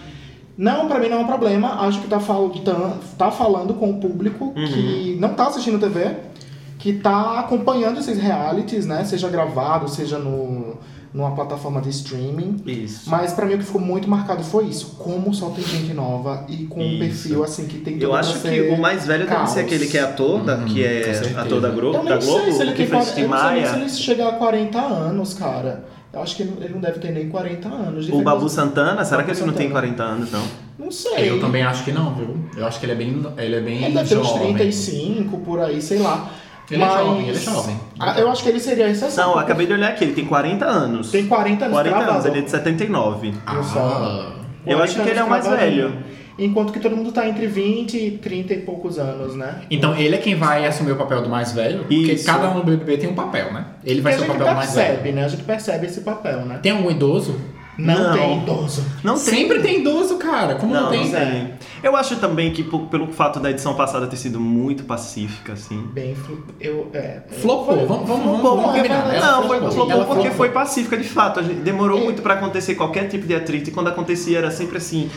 B: Não, pra mim não é um problema, acho que tá, faltan- tá falando com o público
A: Uhum.
B: que não tá assistindo TV, que tá acompanhando esses realities, né, seja gravado, seja no, numa plataforma de streaming.
A: Isso.
B: Mas pra mim o que ficou muito marcado foi isso, como só tem gente nova e com um
A: Isso.
B: perfil assim que tem
C: Então
A: Eu
B: tudo
A: acho
B: pra
A: que
B: ser
A: o mais velho deve ser
B: caos.
A: aquele que é ator, da, que
C: Uhum, com
A: é
C: certeza.
A: ator da, Gro
B: Eu
A: da
B: nem
A: Globo,
B: sei se ele
A: que
B: tem
A: fez
B: 40, eu não sei nem se
A: Timaya.
B: ele chega a 40 anos, cara. Eu acho que ele ele não deve ter nem 40 anos.
A: O
B: Deve-
A: Babu Santana, será que ele não tem
B: Santana.
A: 40 anos, então? não?
B: Não sei.
C: É, Eu também acho que não, viu? Eu acho que ele é bem. Ele é bem.
B: Ele deve ter uns
C: jovem.
B: 35, por aí, sei lá.
C: Ele é
B: Mas-
C: jovem, ele é jovem.
B: Ah, Eu acho que ele seria a exceção.
A: Não, eu
B: porque
A: acabei de olhar aqui, ele tem 40 anos.
B: Tem 40 anos
A: 40 anos,
B: cravado.
A: ele é de 79.
B: Eu só-
C: Ah.
A: Eu
B: 40
A: acho que ele é o
B: anos
A: mais
B: cravadinho.
A: velho.
B: Enquanto que todo mundo tá entre 20 e 30 e poucos anos, né?
C: Então ele é quem vai assumir o papel do mais velho, porque
A: Isso.
C: cada um do BBB tem um papel, né? Ele vai
B: Porque tá a
C: ser o
B: gente
C: papel do mais velho.
B: percebe, né? A gente percebe esse papel, né?
C: Tem algum idoso?
B: Não,
A: Não.
B: tem idoso.
A: Não tem.
C: Sempre tem idoso, cara. Como não, tem?
A: tem. Eu acho também que po- pelo fato da edição passada ter sido muito pacífica, assim.
B: Bem, flu- eu. É,
C: Flopou. Vamos, vamos, vamos,
A: Flopou,
C: vamos
A: porque-
C: combinar. né? Ela
A: não, foi
C: flopou.
A: flopou
C: Ela
A: porque
C: flopou.
A: foi pacífica de fato. A gente- Demorou
B: É.
A: muito pra acontecer qualquer tipo de atrito e quando acontecia era sempre assim.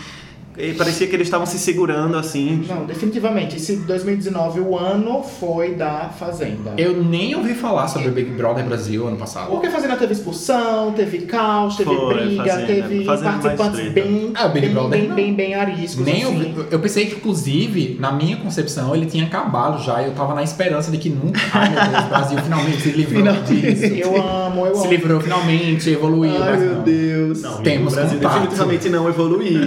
A: eh, Parecia que eles estavam se segurando assim.
B: Não, definitivamente. Esse 2019, o ano foi da Fazenda.
C: Eu nem ouvi falar sobre o Big Brother Brasil ano passado.
B: Porque a Fazenda teve expulsão, teve caos, teve
A: Foi,
B: briga,
A: Fazenda.
B: teve
A: Fazenda mais
B: participantes
A: treta.
B: bem,
C: Ah, o Big
B: bem,
C: Brother
B: bem,
C: não.
B: bem, bem ariscos.
C: Nem
B: assim.
C: ouvi. Eu pensei que, inclusive, na minha concepção, ele tinha acabado já. E eu tava na esperança de que nunca. Ai, meu Deus, o Brasil finalmente se livrou disso.
B: Eu amo, eu
C: se
B: amo.
C: livrou finalmente, evoluiu.
B: Ai,
C: mas
B: meu
C: não.
B: Deus.
A: Não,
C: Temos
A: o Brasil
C: contato.
A: definitivamente não evoluiu.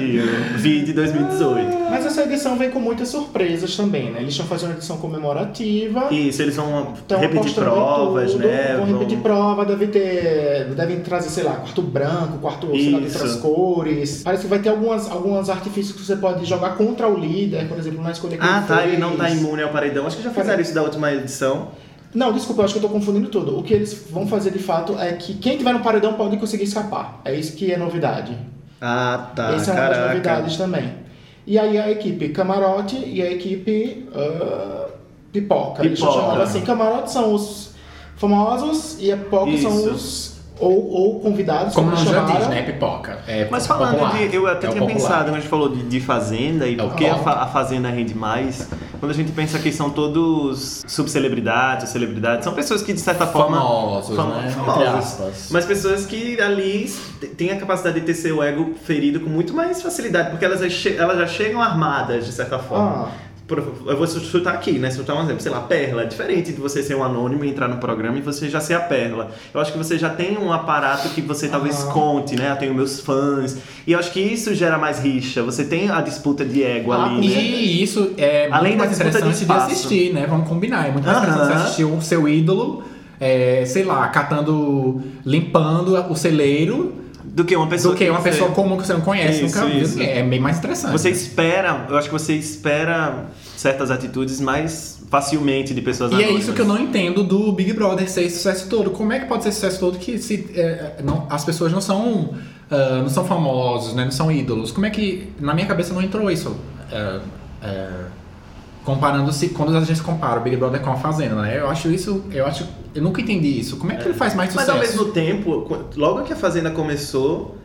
A: Vi de 2018.
B: Mas essa edição vem com muitas surpresas também, né? Eles estão fazendo uma edição comemorativa.
A: Isso, eles vão
B: Estão
A: repetir
B: apostando em
A: provas,
B: Então, tudo,
A: né?
B: Vão
A: Vão-
B: repetir prova, deve ter. Devem trazer, sei lá, quarto branco, quarto, sei lá, de
A: Isso.
B: outras cores. Parece que vai ter algumas, alguns artifícios que você pode jogar contra o líder, por exemplo, na escolha que
A: Ah, tá,
B: fez.
A: ele não tá imune ao paredão. Acho que já fizeram isso da última edição.
B: Não, desculpa, eu acho que eu tô confundindo tudo. O que eles vão fazer de fato é que quem tiver no paredão pode conseguir escapar. É isso que é novidade.
A: Ah, tá.
B: Essa é uma das
A: caraca.
B: novidades também. E aí a equipe camarote e a equipe ah, pipoca. Eles
A: Pipoca.
B: chamavam assim, camarote são os famosos e a pipoca
A: Isso.
B: são os ou, ou convidados.
C: Como não já
B: chamaram.
C: diz, né? Pipoca. É
A: Mas falando
C: popular.
A: de. Eu até
C: É o
A: tinha
C: popular.
A: pensado, quando a gente falou de, de fazenda e
C: É o
A: por que a,
C: pop.
A: fa- a fazenda rende mais, quando a gente pensa que são todos subcelebridades, ou celebridades, são pessoas que de certa forma.
C: Famosos,
A: fam-
C: né?
A: famosas.
C: Entre aspas.
A: Mas pessoas que ali te- têm a capacidade de ter seu ego ferido com muito mais facilidade, porque elas já, che- elas já chegam armadas, de certa forma.
B: Ah,
A: Por- Eu vou su- chutar aqui, né? Chutar um exemplo, sei lá, Perla. É diferente de você ser um anônimo e entrar no programa e você já ser a Perla. Eu acho que você já tem um aparato que você talvez
B: Ah.
A: conte, né? Eu tenho meus fãs. E eu acho que isso gera mais rixa. Você tem a disputa de ego
B: Ah,
A: ali, né?
C: E isso é
A: Além
C: muito mais
A: da disputa de
C: interessante de,
A: espaço.
C: assistir, né? Vamos combinar. É muito mais
A: Aham.
C: interessante você assistir o seu ídolo, é, sei lá, catando, limpando o celeiro,
A: Do que uma pessoa
C: do que uma
A: você-
C: pessoa comum que você não conhece,
A: Isso,
C: nunca viu.
A: isso.
C: É bem mais interessante.
A: Você espera, eu acho que você espera certas atitudes mais facilmente de pessoas
C: E é
A: anônimas.
C: isso que eu não entendo do Big Brother ser esse sucesso todo. Como é que pode ser esse sucesso todo que se, é, não- as pessoas não são, ah, não são famosos, né? não são ídolos? Como é que. Na minha cabeça não entrou isso. É, é, Comparando-se, quando a gente compara o Big Brother com a Fazenda, né? Eu acho isso. Eu acho. Eu nunca entendi isso. Como é que ele faz mais
A: Mas
C: sucesso?
A: ao mesmo tempo, qu- logo que a Fazenda começou,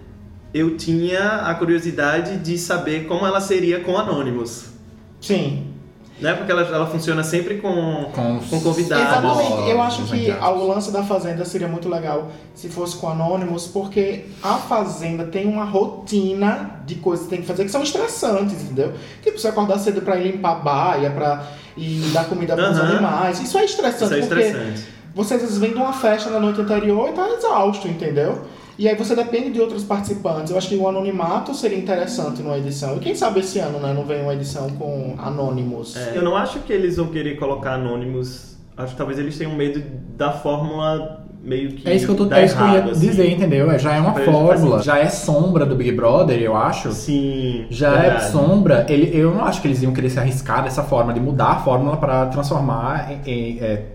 A: eu tinha a curiosidade de saber como ela seria com anônimos.
B: sim.
A: Né? Porque ela, ela funciona sempre com.
C: Com,
A: com convidados. Dados.
B: Exatamente. Eu acho que
C: Convidados.
B: o lance da Fazenda seria muito legal se fosse com Anonymous, porque a Fazenda tem uma rotina de coisas que tem que fazer que são estressantes, entendeu? Tipo, você acordar cedo pra ir limpar a baia, pra ir dar comida pros
A: Aham.
B: animais. Isso é estressante,
A: Isso é
B: porque
A: estressante.
B: Você às vezes vem de uma festa na noite anterior e tá exausto, entendeu? E aí você depende de outros participantes. Eu acho que o anonimato seria interessante numa edição. E quem sabe esse ano, né? Não vem uma edição com anônimos.
A: É, Eu não acho que eles vão querer colocar anônimos. Acho que talvez eles tenham medo da fórmula meio que.
C: É isso que eu, tô,
A: dar
C: é isso que eu ia
A: errado, assim.
C: dizer, entendeu? É, Já é uma
A: Pra ele
C: fórmula, já é sombra do Big Brother, eu acho.
A: Sim.
C: Já é
A: verdade.
C: sombra, ele, eu não acho que eles iam querer se arriscar dessa forma, de mudar a fórmula pra transformar em. em- é,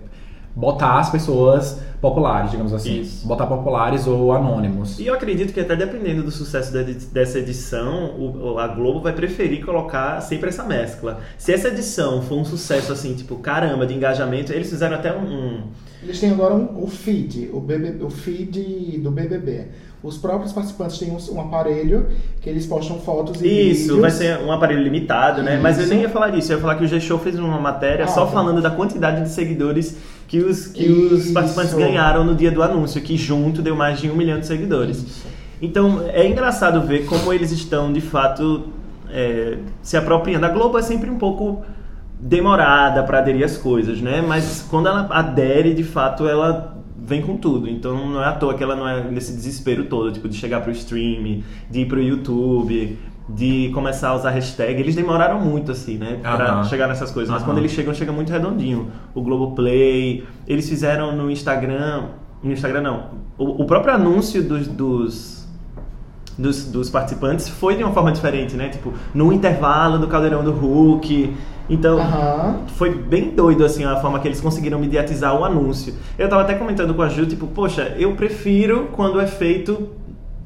C: botar as pessoas populares, digamos assim.
A: Isso.
C: Botar populares ou anônimos.
A: E eu acredito que até dependendo do sucesso da- dessa edição, o- o- a Globo vai preferir colocar sempre essa mescla. Se essa edição for um sucesso assim, tipo, caramba, de engajamento, eles fizeram até um. um-
B: Eles têm agora um- o feed, o, BBB, o feed do BBB. Os próprios participantes têm um, um aparelho que eles postam fotos e
A: um Isso,
B: vídeos.
A: vai ser um aparelho limitado, né? Mas eu
B: Isso.
A: nem ia falar disso, eu ia falar que o G-Show fez uma matéria
B: Ah,
A: só
B: tá.
A: falando da quantidade de seguidores que os, que os
B: Isso.
A: participantes ganharam no dia do anúncio, que junto deu mais de um milhão de seguidores.
B: Isso.
A: Então é engraçado ver como eles estão de fato é, se apropriando. A Globo é sempre um pouco demorada para aderir às coisas, né? Mas quando ela adere, de fato, ela vem com tudo. Então não é à toa que ela não é nesse desespero todo, tipo de chegar pro stream, de ir pro YouTube, de começar a usar hashtag. Eles demoraram muito assim, né, para
C: Aham.
A: chegar nessas coisas. Mas
C: Aham.
A: quando eles chegam, chega muito redondinho. O Globoplay, eles fizeram no Instagram. No Instagram não. O, o próprio anúncio dos, dos, dos, dos participantes foi de uma forma diferente, né? Tipo, no intervalo do Caldeirão do Hulk. Então,
B: Aham.
A: foi bem doido, assim, a forma que eles conseguiram mediatizar o anúncio. Eu tava até comentando com a Ju, tipo, poxa, eu prefiro quando é feito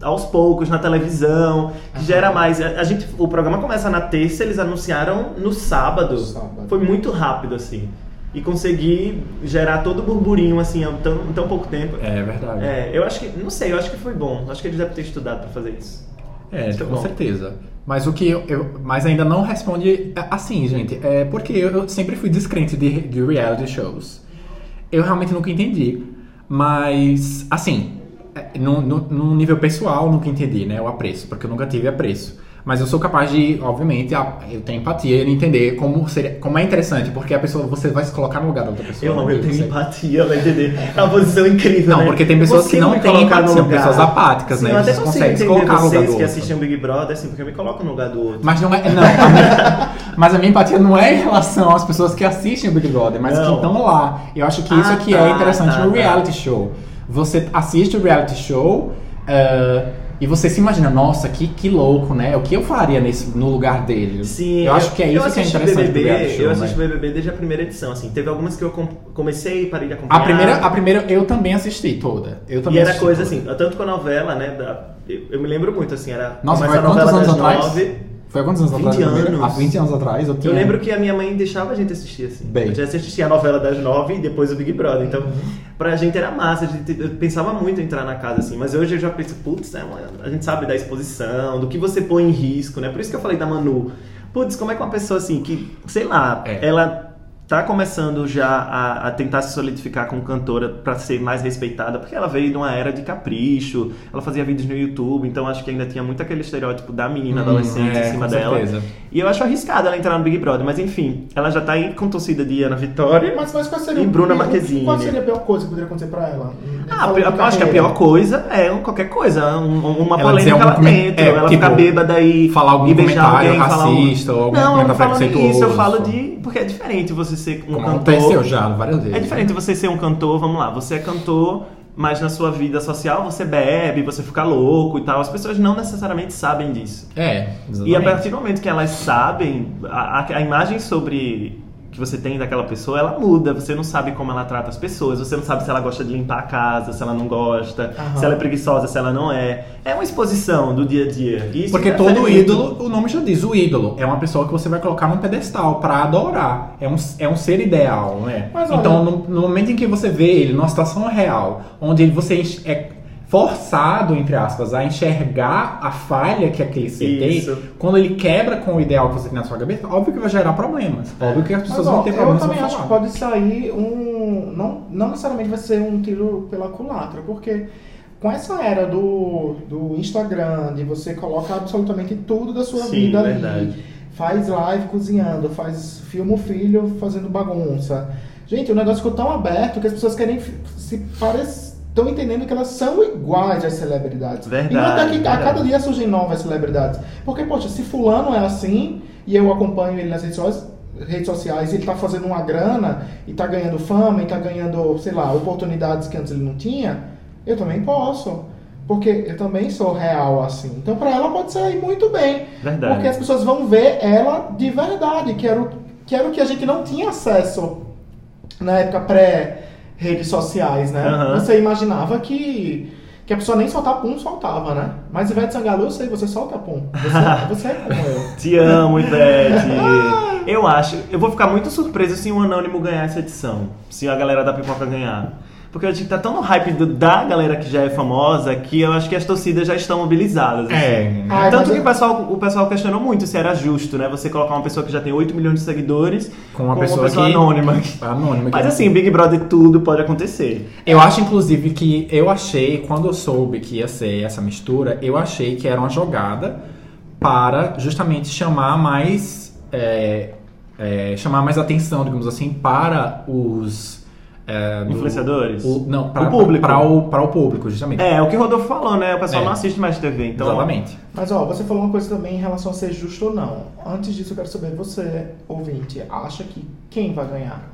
A: aos poucos na televisão, que gera mais. A, a gente, o programa começa na terça, eles anunciaram no sábado.
D: Sábado.
A: Foi muito rápido assim. E consegui gerar todo o burburinho assim em tão, em tão pouco tempo.
C: É verdade.
A: É, eu acho que, não sei, eu acho que foi bom. Acho que eles devem ter estudado pra fazer isso.
C: É,
A: Isso é
C: com
A: bom.
C: certeza. Mas o que eu, eu- Mas ainda não responde é, assim, gente. É porque eu, eu sempre fui descrente de, de reality shows. Eu realmente nunca entendi. Mas, assim, é, num num- num nível pessoal, nunca entendi, né? O apreço, porque eu nunca tive apreço. Mas eu sou capaz de, obviamente, a- eu tenho empatia em entender como, seria, como é interessante, porque a pessoa, você vai se colocar no lugar da outra pessoa.
A: Eu não,
C: né?
A: eu tenho
C: Você-
A: empatia, vai entender. É uma posição incrível.
C: Não,
A: né?
C: porque tem pessoas
A: Você
C: que não
A: me
C: têm
A: colocar no
C: empatia, são
A: lugar.
C: pessoas apáticas,
A: Sim,
C: né?
A: eu até
C: Eles
A: consigo
C: conseguem se
A: entender
C: colocar no lugar do
A: vocês que
C: outro.
A: assistem o Big Brother, assim, porque eu me coloco no lugar do outro.
C: Mas não é. Não, a minha, mas a minha empatia não é em relação às pessoas que assistem o Big Brother, mas
A: Não.
C: que estão lá. Eu acho que isso
A: Ah,
C: aqui
A: tá,
C: é interessante
A: tá,
C: no
A: tá.
C: reality show. Você assiste o reality show eh, e você se imagina, nossa, que, que louco, né? O que eu faria nesse, no lugar dele?
A: Sim,
C: eu acho que é isso que é
A: assisti
C: interessante do reality
A: BBB,
C: show.
A: Eu
C: né?
A: assisti BBB desde a primeira edição, assim. Teve algumas que eu com- comecei e parei de acompanhar.
C: A primeira, a primeira eu também assisti toda. Eu também
A: E era
C: assisti
A: coisa
C: toda.
A: assim, tanto com a novela, né? da- eu, eu me lembro muito, assim, era.
C: Nossa,
A: começa
C: foi há
A: a novela
C: quantos anos
A: das
C: atrás?
A: nove.
C: Foi há quantos anos
A: 20
C: atrás? a primeira? Há
A: anos.
C: 20 anos atrás eu tinha.
A: Eu lembro que a minha mãe deixava a gente assistir, assim.
C: É. Bem. Uhum.
A: A gente assistia a novela das nove e depois o Big Brother. Então, pra gente era massa. A gente, eu pensava muito em entrar na casa, assim. Mas hoje eu já penso, putz, é, uma- a gente sabe da exposição, do que você põe em risco, né? Por isso que eu falei da Manu. Putz, como é que uma pessoa, assim, que, sei lá,
C: É.
A: ela tá começando já a, a tentar se solidificar como cantora pra ser mais respeitada, porque ela veio de uma era de capricho, ela fazia vídeos no YouTube, então acho que ainda tinha muito aquele estereótipo da menina
C: Hum,
A: adolescente
C: é,
A: em cima
C: com
A: dela.
C: certeza.
A: E eu acho arriscado ela entrar no Big Brother, mas enfim, ela já tá aí com torcida de Ana Vitória.
B: Mas, mas qual seria
A: E
B: o-
A: Bruna
B: o-
A: Marquezine.
B: Qual seria a pior coisa que poderia acontecer pra ela?
A: Ah,
B: Falando
A: eu
B: de
A: acho que a
B: carreira.
A: pior coisa é um- qualquer coisa, um- uma
C: Ela dizer
A: polêmica
C: algum
A: lá
C: comen-
A: dentro,
C: é,
A: ela
C: tipo,
A: ficar bêbada e
C: falar algum
A: e beijar
C: comentário
A: alguém, falar um-
C: racista ou algum
A: não, eu não
C: comentário
A: falo nem isso, eu
C: preconceituoso.
A: falo de porque é diferente você ser um
C: Como
A: cantor.
C: aconteceu já várias vezes.
A: É diferente você ser um cantor, vamos lá, você é cantor, mas na sua vida social você bebe, você fica louco e tal. As pessoas não necessariamente sabem disso.
C: É, exatamente.
A: E a partir do momento que elas sabem, a, a- a imagem sobre que você tem daquela pessoa, ela muda. Você não sabe como ela trata as pessoas, você não sabe se ela gosta de limpar a casa, se ela não gosta,
B: Aham.
A: se ela é preguiçosa, se ela não é. É uma exposição do dia a dia. E isso é
C: Porque
B: é
A: interfere
C: todo
A: muito.
C: ídolo, o nome já diz, o ídolo é uma pessoa que você vai colocar num pedestal pra adorar. É um, é um ser ideal, né?
B: Mas olha-
C: então, no, no momento em que você vê ele numa situação real, onde ele, você enx- é forçado, entre aspas, a enxergar a falha que aquele ser
A: Isso.
C: tem, quando ele quebra com o ideal que você tem na sua cabeça, óbvio que vai gerar problemas. Óbvio que as
B: Mas,
C: pessoas
B: ó,
C: vão ter
B: eu
C: problemas.
B: também
C: pra
B: acho que
C: falar.
B: pode sair um. Não, não necessariamente vai ser um tiro pela culatra, porque com essa era do, do Instagram, de você coloca absolutamente tudo da sua
A: Sim,
B: vida ali.
A: verdade.
B: Faz live cozinhando, faz filma o filho fazendo bagunça. Gente, o negócio ficou tão aberto que as pessoas querem fi- se parecer. Estão entendendo que elas são iguais às celebridades. e não é
A: Verdade,
B: daqui, a
A: verdade.
B: cada dia surgem novas celebridades. Porque, poxa, se fulano é assim e eu acompanho ele nas redes sociais, redes sociais, ele tá fazendo uma grana e tá ganhando fama e tá ganhando, sei lá, oportunidades que antes ele não tinha, eu também posso. Porque eu também sou real assim. Então pra ela pode sair muito bem.
A: Verdade.
B: Porque as pessoas vão ver ela de verdade, que era o que, era o que a gente não tinha acesso na época pré redes sociais, né?
A: Aham.
B: Você imaginava que que a pessoa nem soltar pum soltava, né? Mas Ivete Sangalo, eu sei, você solta pum. Você, você é como eu.
A: Te amo, Ivete. eu acho. Eu vou ficar muito surpreso se o Anônimo ganhar essa edição. Se a galera da pipoca ganhar. Porque a gente tá tão no hype do- da galera que já é famosa que eu acho que as torcidas já estão mobilizadas. assim.
C: É,
B: Ai, mas
A: Tanto
B: eu-
A: que o pessoal, o pessoal questionou muito se era justo, né? Você colocar uma pessoa que já tem 8 milhões de seguidores
C: com uma pessoa, que...
A: anônima.
C: Anônima. que- é
A: Mas assim, Big Brother tudo pode acontecer.
C: Eu acho, inclusive, que eu achei, quando eu soube que ia ser essa mistura, eu achei que era uma jogada para justamente chamar mais. é, é, chamar mais atenção, digamos assim, para os. é, do-
A: Influenciadores?
C: o- não, para
A: O público.
C: Para o, para o público, justamente.
A: É, o que o Rodolfo falou, né? O pessoal
C: É.
A: não assiste mais TV, então.
C: Exatamente.
B: Mas ó, você falou uma coisa também em relação a ser justo ou não. Antes disso, eu quero saber, você, ouvinte, acha que quem vai ganhar?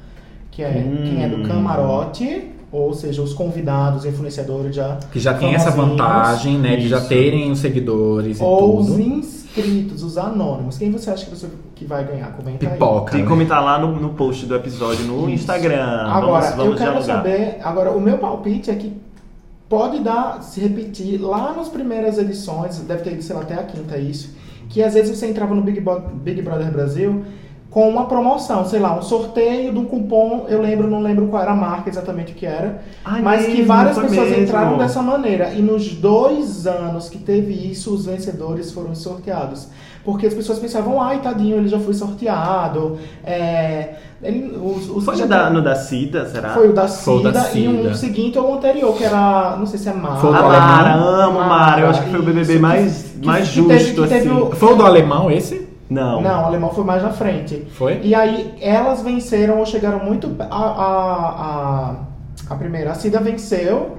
B: Que é
A: Hum.
B: quem é do camarote, ou seja, os convidados, influenciadores já.
C: Que já tem essa
B: famosinhos,
C: vantagem, né? De já
A: Isso.
C: terem os seguidores
B: Ou
C: e
B: os
C: tudo.
B: inscritos, os anônimos. Quem você acha que, você, que vai ganhar? Comenta aí.
C: Pipoca.
A: Tem que
C: né?
A: comentar lá no, no post do episódio no Instagram.
B: Agora,
A: vamos, vamos
B: eu quero
A: dialogar.
B: saber. Agora, o meu palpite é que pode dar, se repetir lá nas primeiras edições, deve ter ido, sei lá, até a quinta é isso, que às vezes você entrava no Big, Bo- Big Brother Brasil com uma promoção, sei lá, um sorteio de um cupom, eu lembro, não lembro qual era a marca exatamente o que era,
A: Ai,
B: mas que
A: mesmo,
B: várias
A: foi
B: pessoas
A: mesmo.
B: entraram dessa maneira. E nos dois anos que teve isso, os vencedores foram sorteados. Porque as pessoas pensavam, ai, tadinho, ele já foi sorteado. É, ele, os, os
A: Foi
B: já
A: o da, no da Cida, será?
B: foi o da
C: Tá. Foi o
B: Cida,
C: da
B: e
C: Cida.
B: um seguinte ou um anterior, que era. Não sei se é Mara.
C: Foi o
A: a
C: do
A: Mara,
C: alemão?
A: amo Mara. Eu acho que foi o BBB
B: Isso,
A: mais,
B: que-
A: mais
B: que
A: justo,
B: teve- que teve
A: assim.
B: o-
C: Foi o do alemão esse?
A: Não.
B: Não, o alemão foi mais na frente.
C: Foi?
B: E aí elas venceram ou chegaram muito. pe- A, a, a, a primeira, a Cida venceu.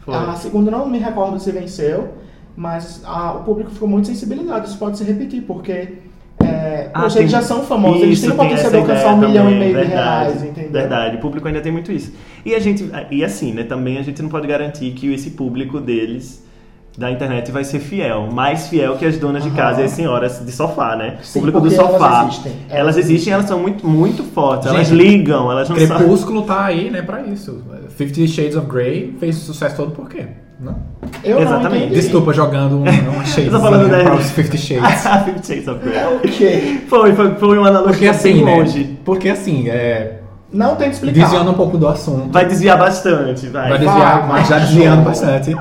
A: Foi.
B: A segunda não me recordo se venceu, mas a- o público ficou muito sensibilizado. Isso pode se repetir, porque é,
A: Ah,
B: poxa,
A: tem-
B: eles já são famosos, eles têm
A: Isso,
B: o
A: tem
B: potencial de
A: essa
B: alcançar
A: ideia
B: um milhão
A: também,
B: e meio
A: verdade,
B: de reais, entendeu?
A: Verdade, o público ainda tem muito isso. E a gente, e assim, né, também a gente não pode garantir que esse público deles da internet vai ser fiel, mais fiel que as donas de
B: Aham.
A: casa e as senhoras de sofá, né?
B: Sim,
A: o público do
B: porque
A: sofá.
B: elas existem.
A: Elas, existem, elas são muito, muito fortes, elas
C: Gente,
A: ligam, elas não são.
C: Crepúsculo tá aí, né, pra isso. Fifty Shades of Grey fez sucesso todo por quê? Né? Não?
B: Eu não
A: Exatamente.
B: entendi.
C: Desculpa, jogando um, um shade
A: falando
B: né?
A: da-
C: para os Fifty Shades.
A: Fifty Shades of Grey.
B: É o quê?
A: Foi, foi, foi uma analogia
C: Porque assim,
A: bem
C: né?
A: longe.
C: Porque assim, é,
B: Não tem que explicar.
C: desviando um pouco do assunto.
A: Vai desviar bastante, vai.
C: Vai desviar,
B: vai,
C: mas já
B: vai.
C: desviando bastante.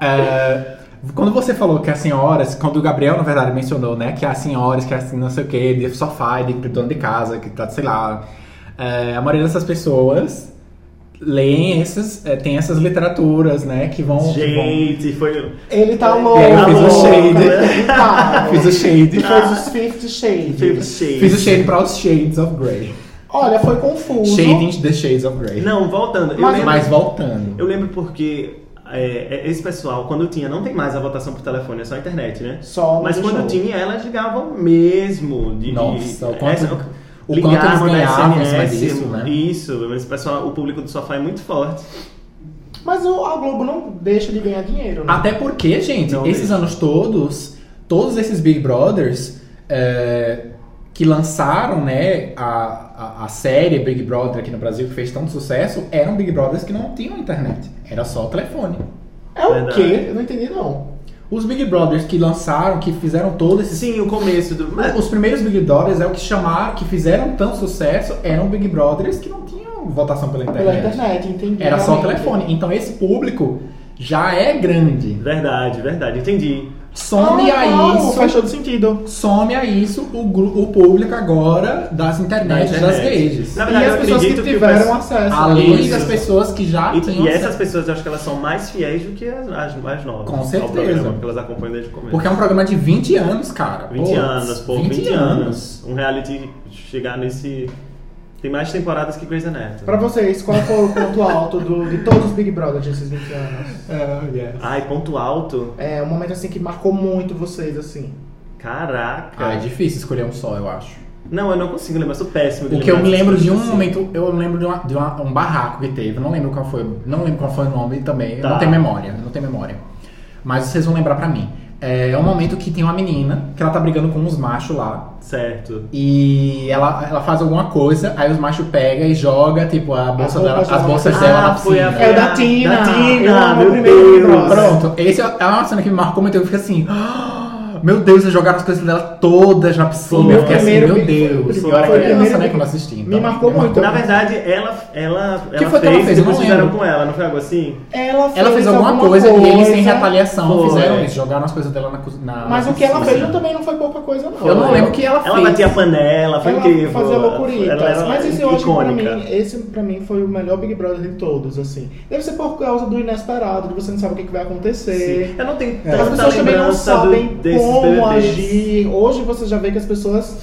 C: É, quando você falou que as senhoras, quando o Gabriel, na verdade, mencionou, né, que as senhoras, que as não sei o que, de sofá, de dono de casa, que tá, sei lá. é, a maioria dessas pessoas leem esses, é, tem essas literaturas, né, que vão. que vão-
A: Gente, foi.
B: Ele
A: É,
B: tá louco.
C: E aí eu fiz o
B: louco,
C: shade.
B: ele tá.
C: Ah, Fiz o
B: Ele
C: shade.
B: fez os 50 shades.
A: Fifty Shades.
C: Fiz o shade para os Shades of Grey.
B: Olha, foi confuso.
C: Shading the Shades of Grey.
A: Não, voltando. eu
C: mas,
A: lembro-
C: mas voltando.
A: Eu lembro porque é, é, esse pessoal, quando tinha, não tem mais a votação por telefone, é só a internet, né?
B: Só no
A: Mas quando
B: show.
A: tinha, elas ligavam mesmo. De,
C: Nossa,
A: de,
C: o quanto-
A: essa-
C: o
A: ligavam
C: quanto eles
A: na
C: ganhavam em cima
A: SMS,
C: disso, né?
A: Isso, mas o pessoal, o público do sofá é muito forte.
B: Mas o, a Globo não deixa de ganhar dinheiro, né?
C: Até porque, gente,
A: Não
C: esses
A: mesmo.
C: anos todos, todos esses Big Brothers é, que lançaram né, a, a, a série Big Brother aqui no Brasil, que fez tanto sucesso, eram Big Brothers que não tinham internet. Era só telefone.
B: É o
A: Ah, Verdade.
B: quê? Eu não entendi, não.
C: Os Big Brothers que lançaram, que fizeram todos esses.
A: Sim, o começo do. Mas,
C: Os primeiros Big Brothers é o que chamaram, que fizeram tanto sucesso, eram Big Brothers que não tinham votação pela internet.
B: Pela internet, entendi.
C: Era só
B: realmente.
C: telefone. Então esse público já é grande.
A: verdade, verdade, entendi.
C: Some
B: Ah,
C: a
B: não,
C: isso.
B: Faz todo sentido.
C: Some a isso o, gru- o público agora das internet,
A: Da
C: das
A: internet.
C: redes.
A: Na verdade,
B: e
A: eu
B: as pessoas que
A: acredito que o
B: tiveram
A: pessoal-
B: acesso.
C: Além
A: Isso.
C: das pessoas que já um
A: E,
C: tinham
A: e essas
C: acesso.
A: pessoas, eu acho que elas são mais fiéis do que as, as mais novas. né?
C: Com
A: ao
C: certeza.
A: programa, porque elas acompanham desde o começo.
C: Porque é um programa de 20 anos, cara.
A: 20
C: Pô,
A: anos, pô, 20, anos. Um reality chegar nesse. Tem mais temporadas que Grey's Anatomy.
B: Pra vocês, qual foi o ponto alto do- de todos os Big Brothers desses 20 anos?
C: É, yes.
A: Ai, ponto alto.
B: É um momento assim que marcou muito vocês, assim.
A: Caraca.
C: Ah, é difícil escolher um só, eu acho.
A: Não, eu não consigo lembrar, sou péssimo. de
C: O que eu
A: lembrar
C: me lembro
A: dessas
C: de um
A: coisas assim.
C: momento, eu lembro de, uma- de uma- um barraco que teve, não lembro qual foi, não lembro qual foi o nome também, eu
A: Tá.
C: não tenho memória, não tenho memória. Mas vocês vão lembrar pra mim. É, é um momento que tem uma menina que ela tá brigando com uns machos lá.
A: Certo.
C: E ela, ela faz alguma coisa, aí os machos pegam e joga, tipo, a bolsa
B: As
C: dela,
B: roupas
C: as
B: dela.
C: bolsas
A: Ah,
C: dela na
A: foi
C: piscina.
A: a-
B: É o da Tina.
A: Da
B: Eu
A: Tina,
B: amo o
A: meu
B: primeiro Big
A: Deus.
B: Brother.
C: Pronto, essa é uma cena que me marcou muito, eu fiquei assim. "Ah, Meu Deus, eles jogaram as coisas dela todas na piscina.
A: Foi
C: Eu
A: o
C: fiquei assim,
B: primeiro
C: meu
B: Big-
C: Deus.
B: foi o
C: Eu era
B: primeiro
C: criança, né,
B: Big-
C: quando eu assisti.
B: me marcou muito.
A: Na verdade, ela, ela,
C: que
A: ela
C: foi que ela
A: fez
C: fez?
A: o
C: Eu
A: que
C: não
A: fizeram
C: lembro.
A: com ela, não foi algo assim?
B: Ela fez,
C: Ela fez alguma, coisa, e eles, em retaliação,
A: Foi.
C: fizeram isso. Jogaram as coisas dela na, cozi- na
B: Mas
C: na
B: o que ela
C: piscina.
B: fez também não foi pouca coisa, não.
C: Eu não lembro o que ela,
A: Ela
C: fez.
A: batia a panela, foi
B: ela
A: incrível.
B: fazia loucuritas.
A: Ela era
B: mas esse eu acho que pra
A: icônica.
B: mim, esse pra mim foi o melhor Big Brother de todos, assim. Deve ser por causa do inesperado, de você não sabe o que, que vai acontecer. Então,
A: Sim. É. Eu não tenho
B: As
A: tanta
B: pessoas também não
A: lembrança
B: sabem
A: do, desses
B: como
A: BBBs.
B: agir. Hoje você já vê que as pessoas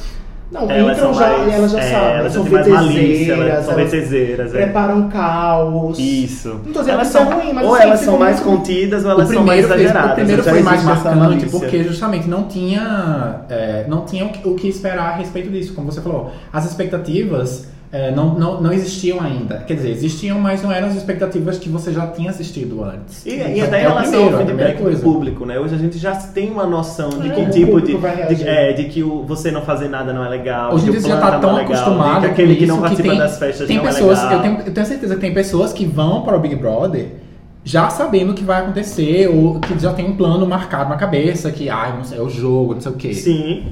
B: não
A: Elas
B: entram
A: são
B: já
A: mais-
B: e elas já
A: é,
B: sabem.
A: Elas já
B: são
A: têm mais malícia,
B: vetezeiras,
A: elas são
B: elas
A: vetezeiras. é.
B: preparam caos.
A: Isso.
B: Não tô dizendo que isso é ruim, mas
A: ou
B: assim,
A: elas
B: fica
A: são mais
B: muito-
A: contidas ou
C: O
A: elas são mais
C: primeiro, fez,
A: exageradas.
C: o primeiro
A: Já
C: foi mais
A: existe essa
C: marcante
A: malícia.
C: porque justamente não tinha, é, não tinha o que, o que esperar a respeito disso, como você falou. As expectativas é, não, não, não existiam ainda. Quer dizer, existiam, mas não eram as expectativas que você já tinha assistido antes.
A: E, e
C: Então,
A: até em
C: é o
A: relação
C: primeiro,
A: ao
C: é a primeira
A: feedback do
C: coisa.
A: público, né? Hoje a gente já tem uma noção de
B: É,
A: que
B: como o
A: tipo de.
B: público vai
A: de-
B: reagir.
A: é, de que o, você não fazer nada não é legal.
C: Hoje em
A: que
C: dia
A: o
C: você já
A: plano
C: tá
A: não
C: tão
A: é legal,
C: acostumado
A: de
C: com
A: que aquele que não
C: isso
A: participa
C: tem,
A: das festas
C: tem
A: não é
C: pessoas, eu
A: legal.
C: tenho, eu tenho certeza que tem pessoas que vão para o Big Brother já sabendo o que vai acontecer, ou que já tem um plano marcado na cabeça, que, ai, não sei, é o jogo, não sei o quê.
A: Sim.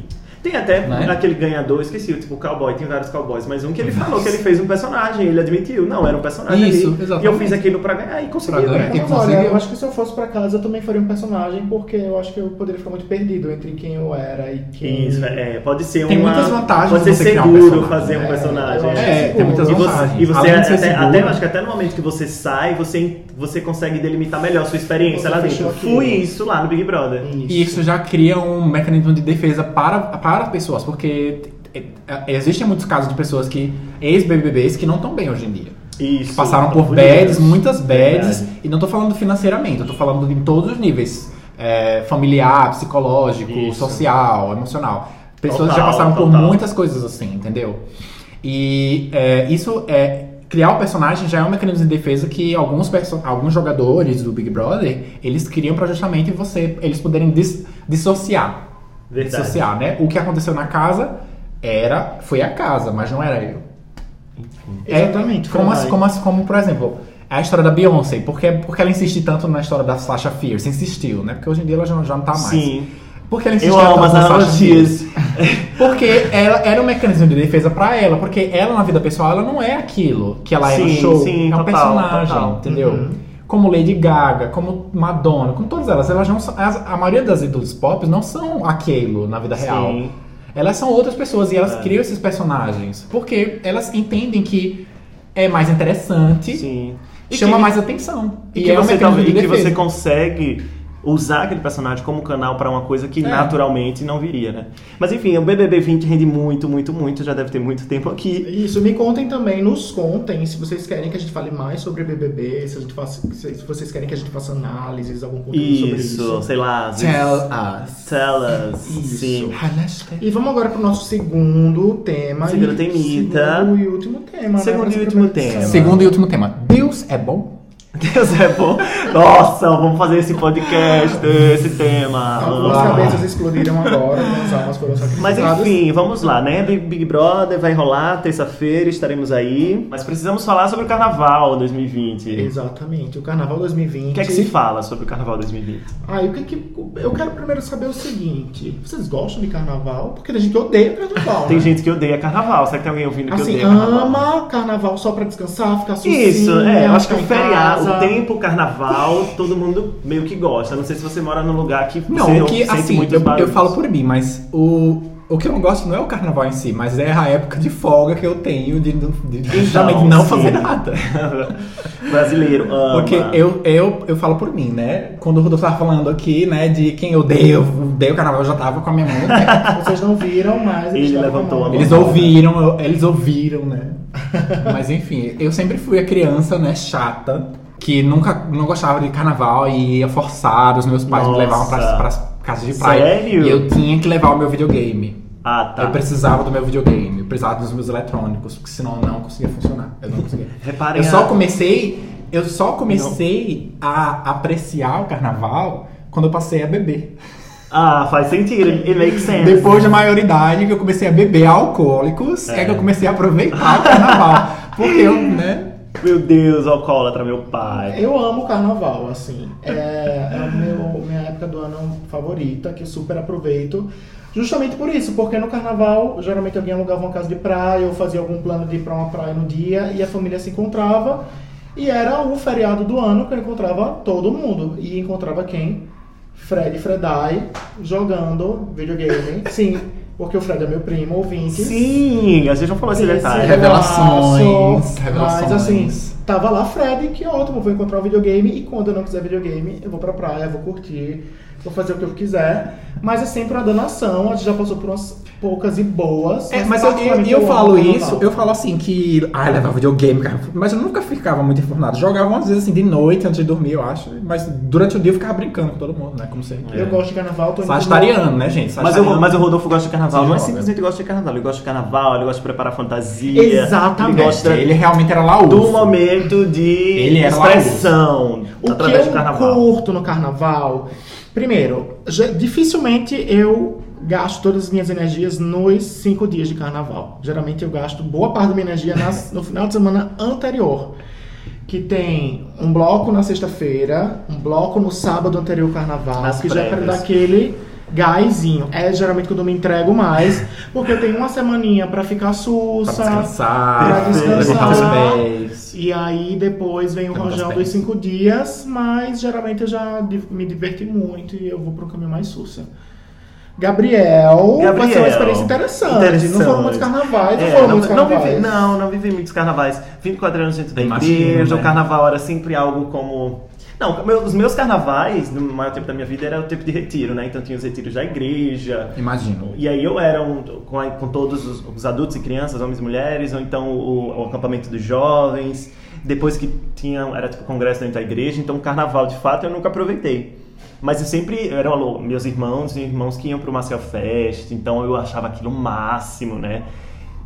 A: Tem até
C: Né?
A: aquele ganhador, esqueci, tipo, o cowboy, tem vários cowboys, mas um que ele falou que ele fez um personagem, ele admitiu. Não, era um personagem
C: Isso,
A: ali.
C: exatamente.
A: E eu fiz aquilo pra ganhar e consegui.
C: Pra ganhar.
A: né?
C: Quem
B: Mas olha,
C: conseguiu?
B: eu acho que se eu fosse pra casa, eu também faria um personagem, porque eu acho que eu poderia ficar muito perdido entre quem eu era e quem.
A: Isso, é, pode ser
C: Tem
A: uma...
C: muitas vantagens
A: Pode ser
C: você criar um
A: seguro
C: personagem.
A: fazer um personagem.
B: É,
C: É, tem muitas
A: E você,
C: vantagens.
A: e você
C: Além de ser
A: até,
C: seguro-
A: até- eu acho que até no momento que você sai, você, você consegue delimitar melhor a sua experiência
B: Você
A: lá
B: fechou
A: dentro.
B: aquilo.
A: Fui isso lá no Big Brother.
C: E isso já cria um mecanismo de defesa para, para as pessoas, porque t- é- existem muitos casos de pessoas que, ex-BBBs, que não estão bem hoje em dia.
A: Isso.
C: Passaram por
A: Fodidas.
C: bads, muitas bads,
A: Verdade.
C: e não tô falando financeiramente, eu tô falando em todos os níveis. É, familiar, psicológico,
A: Isso.
C: social, emocional. Pessoas que já
A: Total,
C: passaram por
A: total.
C: muitas coisas assim, entendeu? E é, isso é. Criar o personagem já é um mecanismo de defesa que alguns, perso- alguns jogadores do Big Brother eles criam pra justamente você eles poderem dis- dissociar.
A: Verdade.
C: Dissociar, né? O que aconteceu na casa era. Foi a casa, mas não era eu. É,
B: Exatamente,
C: Como,
B: verdade.
C: as- como, as- como, por exemplo, a história da Beyoncé. Por que, por que ela insiste tanto na história da Sasha Fierce? Insistiu, né? Porque hoje em dia ela já, já não tá mais.
A: Sim.
C: Por que ela insistiu
A: Eu amo
C: tanto
A: as
C: na Sasha
A: analogias.
C: Fierce? Porque ela era um mecanismo de defesa pra ela. Porque ela, na vida pessoal, ela não é aquilo que ela é no
A: Sim,
C: show.
A: sim,
C: é
A: total,
C: um personagem,
A: total. Uhum.
C: entendeu? Como Lady Gaga, como Madonna, como todas elas. elas não são, as- a maioria das ídolos pop não são aquilo na vida real.
A: Sim.
C: Elas são outras pessoas e elas
A: É.
C: criam esses personagens. Porque elas entendem que é mais interessante,
A: Sim. E
C: chama
A: que-
C: mais atenção.
A: E, que,
C: é um
A: você,
C: mecanismo
A: talvez-
C: de
A: e que
C: defesa.
A: você consegue usar aquele personagem como canal pra uma coisa que
C: É.
A: naturalmente não viria, né? Mas enfim, o BBB 20 rende muito, muito, muito. Já deve ter muito tempo aqui.
B: Isso, me contem também, nos contem se vocês querem que a gente fale mais sobre BBB, se, a gente faça, se se vocês querem que a gente faça análises, algum conteúdo sobre
A: Isso,
B: isso.
A: sei lá. às
C: Tell
A: vezes-
C: us.
A: Tell us.
B: Isso.
A: Sim.
B: E vamos agora pro nosso segundo tema.
A: Segundo
B: e
A: temita.
B: Segundo e último tema. né,
A: Segundo
B: pra
A: e
B: essa
A: último
B: primeira
A: tema.
B: edição.
C: Segundo e último tema. Deus é bom?
A: Deus é bom. Nossa, vamos fazer esse podcast, esse tema.
B: Algumas cabeças explodiram agora, algumas almas foram
A: Mas é
B: sacrificadas.
A: enfim, vamos lá, né? Big Big Brother vai rolar terça-feira, estaremos aí. Mas precisamos falar sobre o Carnaval 2020.
B: Exatamente, o Carnaval 2020.
A: O que é que se fala sobre o Carnaval 2020?
B: Ah, e o que que... Eu quero primeiro saber o seguinte. Vocês gostam de Carnaval? Porque a gente odeia Carnaval,
A: Tem
B: né?
A: gente que odeia Carnaval. Será que tem alguém ouvindo que
B: Assim,
A: odeia Carnaval?
B: ama carnaval só pra descansar, ficar sozinho.
A: Isso, é. Eu acho que o
B: ficar em
A: feriado, o
B: casa.
A: tempo Carnaval, todo mundo meio que gosta. Não sei se você mora num lugar que
C: Não,
A: você
C: o que,
A: sente
C: assim,
A: muitos
C: eu, eu
A: barulhos.
C: falo por mim, mas o. O que eu não gosto não é o carnaval em si, mas é a época de folga que eu tenho de, de, de justamente não
A: sim.
C: fazer nada.
A: Brasileiro, ama.
C: Porque eu, eu, eu falo por mim, né? Quando o Rodolfo tava falando aqui, né, de quem eu odeia, eu odeio o carnaval, eu já tava com a minha mão no pé.
B: Vocês não viram, mas...
A: Ele
B: estavam amando.
A: levantou a mão.
C: Eles ouviram, eu- eles ouviram, né? Mas enfim, eu sempre fui a criança, né, chata, que nunca não gostava de carnaval e ia forçar, os meus pais me
A: Nossa.
C: levavam pras, pras casas de praia.
A: Sério?
C: E eu tinha que levar o meu videogame.
A: Ah, tá.
C: Eu precisava do meu videogame, eu precisava dos meus eletrônicos, porque senão eu não conseguia funcionar. Eu não conseguia.
A: Reparem
C: Eu só
A: a-
C: comecei, eu só comecei a apreciar o carnaval quando eu passei a beber.
A: Ah, faz sentido. It makes sense.
C: Depois da maioridade que eu comecei a beber alcoólicos, é,
A: É.
C: que eu comecei a aproveitar o carnaval. Porque eu, né?
A: Meu Deus, alcoólatra, meu pai.
B: Eu amo carnaval, assim. É, é a meu, minha época do ano favorita, que eu super aproveito. Justamente por isso, porque no carnaval, geralmente alguém alugava uma casa de praia ou fazia algum plano de ir pra uma praia no dia e a família se encontrava. E era o feriado do ano que eu encontrava todo mundo. E encontrava quem? Fred e Fredai jogando videogame. Sim, porque o Fred é meu primo, ouvinte.
A: Sim, a gente não falou é esse detalhe.
B: Esse
C: Revelações,
B: laço.
C: revelações.
B: Mas assim, tava lá Fred, que ótimo, vou encontrar o videogame e quando eu não quiser videogame, eu vou pra praia, vou curtir, vou fazer o que eu quiser. Mas é sempre uma danação, a gente já passou por umas poucas e boas.
C: É, mas eu, eu,
B: particularmente
C: eu
B: amo
C: falo
B: carnaval.
C: isso, eu falo assim que. Ai, levava videogame, cara. Mas eu nunca ficava muito informado. Jogava umas vezes assim de noite antes de dormir, eu acho. Mas durante o dia eu ficava brincando com todo mundo, né? Como sempre.
B: Eu gosto de carnaval, tô indo
C: Sagitariano, né, gente?
A: É. Mas,
C: Sagitariano.
A: eu, mas o Rodolfo gosta de carnaval.
C: Se
A: Não é
C: joga.
A: simplesmente gosta de carnaval. Ele gosta de carnaval, ele gosta de preparar fantasia.
B: Exatamente.
A: um Ele gosta
C: Ele realmente era laúdo.
A: do momento de
C: Ele era
A: expressão
B: O que
A: através
B: eu
A: do carnaval.
B: curto no carnaval, primeiro, já- dificilmente eu gasto todas as minhas energias nos cinco dias de carnaval. Geralmente eu gasto boa parte da minha energia nas- no final de semana anterior. que tem um bloco na sexta-feira, um bloco no sábado anterior ao carnaval,
A: Nas
B: que já é pra
A: prévias.
B: dar aquele gásinho. É geralmente quando eu me entrego mais, porque eu tenho uma semaninha pra ficar
C: Pra
B: sussa.
C: descansar,
B: Pra descansar.
C: levantar os pés.
B: E aí depois vem o
C: Tem muitas
B: rojão dos
C: peças.
B: cinco dias, mas geralmente eu já di- me diverti muito e eu vou pro caminho mais sussa. Gabriel, Então, vai ser uma
A: Gabriel.
B: experiência interessante. Não
A: Interessante.
B: foram muitos carnavais, não
A: É,
B: foram
A: não,
B: muitos
A: não
B: carnavais.
A: vivi, não, não vivi muitos carnavais. 24 anos dentro da
C: Imagino,
A: igreja,
C: né?
A: o carnaval era sempre algo como. Não, meu- os meus carnavais, no maior tempo da minha vida, era o tempo de retiro, né? Então tinha os retiros da igreja.
C: Imagino.
A: Então, E aí eu era um, com, a- com todos os, os adultos e crianças, homens e mulheres, ou então o, o acampamento dos jovens. Depois que tinha, era tipo congresso dentro da igreja, então o carnaval de fato eu nunca aproveitei. Mas eu sempre, eu era um aluno, meus irmãos e irmãos que iam pro Marcel Fest, então eu achava aquilo o máximo, né?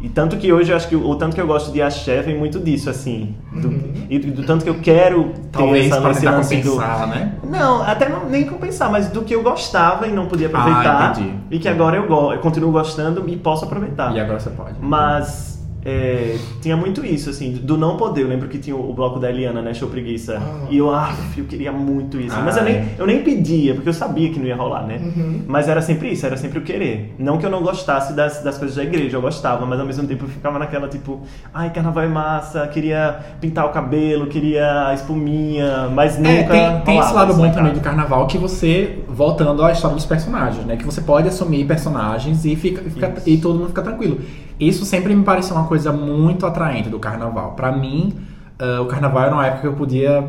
A: E tanto que hoje eu acho que o o tanto que eu gosto de axé vem muito disso, assim. Do, E do, do tanto que eu quero ter
C: Uhum. Talvez
A: essa,
C: pra
A: esse
C: tentar
A: lance do-
C: compensar, né?
A: não, até não, nem compensar, mas do que eu gostava e não podia aproveitar.
C: Ah, entendi.
A: E que agora eu, go eu continuo gostando e posso aproveitar.
C: E agora você pode.
A: Mas é, tinha muito isso, assim, do não poder. Eu lembro que tinha o, o bloco da Eliana, né? Show Preguiça.
B: Ah.
A: E eu, ah, eu queria muito isso. Mas eu
C: Ah,
A: nem,
C: é.
A: eu nem pedia, porque eu sabia que não ia rolar, né?
B: Uhum.
A: Mas era sempre isso, era sempre o querer. Não que eu não gostasse das, das coisas da igreja, eu gostava, mas ao mesmo tempo eu ficava naquela tipo, ai, carnaval é massa, queria pintar o cabelo, queria espuminha, mas nunca.
C: É, tem, tem
A: rolava,
C: esse
A: assim, né,
C: lado bom
A: sabe?
C: também do carnaval que você, voltando à história dos personagens, né? Que você pode assumir personagens e, fica, fica- e todo mundo fica tranquilo. Isso sempre me pareceu uma coisa muito atraente do carnaval. Pra mim, ah, o carnaval era uma época que eu podia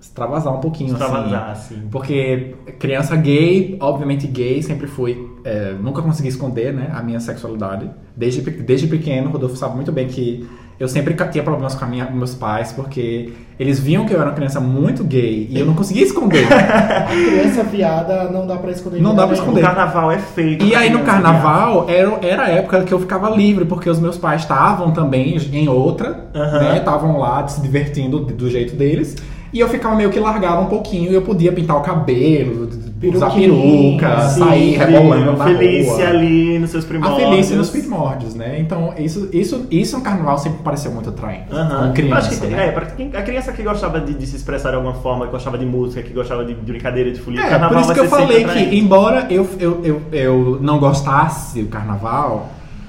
C: extravasar um pouquinho,
A: extravasar,
C: assim.
A: assim.
C: Porque criança gay, obviamente gay, sempre fui. é, nunca consegui esconder né, a minha sexualidade. Desde, pe- desde pequeno, o Rodolfo sabe muito bem que eu sempre ca- tinha problemas com a minha, com meus pais, porque eles viam que eu era uma criança muito gay e eu não conseguia esconder.
B: A criança viada não dá pra esconder.
C: Não dá pra
B: ninguém.
C: esconder.
A: O carnaval é feio.
C: E aí no carnaval era, era a época que eu ficava livre, porque os meus pais estavam também em outra,
A: Aham.
C: né? Estavam lá se divertindo do jeito deles. E eu ficava meio que largado um pouquinho, e eu podia pintar o cabelo, usar
B: Peruquinha,
C: peruca,
B: sim,
C: sair rebolando na
A: Felice
C: rua.
A: ali nos seus
C: A
A: primórdios.
C: Felice nos primórdios, né? Então, isso, isso, isso no carnaval sempre pareceu muito atraente.
A: Aham.
C: Como
A: Eu
C: criança,
A: Acho que,
C: né?
A: é, pra quem, a criança que gostava de, de se expressar de alguma forma, que gostava de música, que gostava de, de brincadeira, de folia, o
C: É,
A: carnaval
C: por isso
A: vai
C: que eu
A: ser sempre
C: falei
A: atraente.
C: que, embora eu, eu, eu, eu não gostasse do carnaval,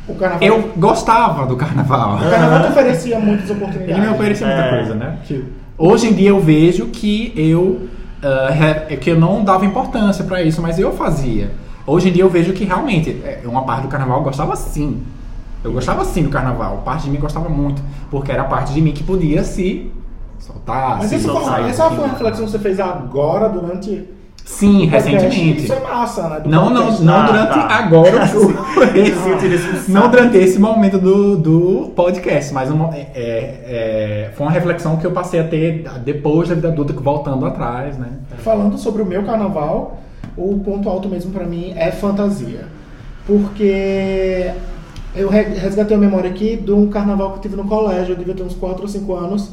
B: O carnaval,
C: eu gostava do carnaval.
B: o carnaval te oferecia muitas oportunidades.
C: Ele me ofereceu muita
A: É.
C: coisa, né? Que hoje em dia eu vejo que eu ah, re- que eu não dava importância pra isso, mas eu fazia. Hoje em dia eu vejo que realmente é, uma parte do carnaval eu gostava sim. Eu gostava sim do carnaval. Parte de mim gostava muito, porque era a parte de mim que podia se soltar.
B: Mas
C: se
B: isso foi,
C: soltar,
B: essa foi uma
C: enfim.
B: reflexão que você fez agora durante.
C: Sim,
B: o podcast?
C: recentemente.
B: Isso é massa, né? do
C: Não, não,
B: podcast.
C: não
A: Ah,
C: durante
A: tá.
C: agora o
A: Sim, eu tirei esse tipo
C: esse, não
A: saco.
C: durante esse momento do, do podcast, mas uma- é- é- é, foi uma reflexão que eu passei a ter depois da vida adulta, voltando atrás, né?
B: Falando sobre o meu carnaval, o ponto alto mesmo pra mim é fantasia. Porque eu re- resgatei a memória aqui de um carnaval que eu tive no colégio, eu devia ter uns 4 ou 5 anos.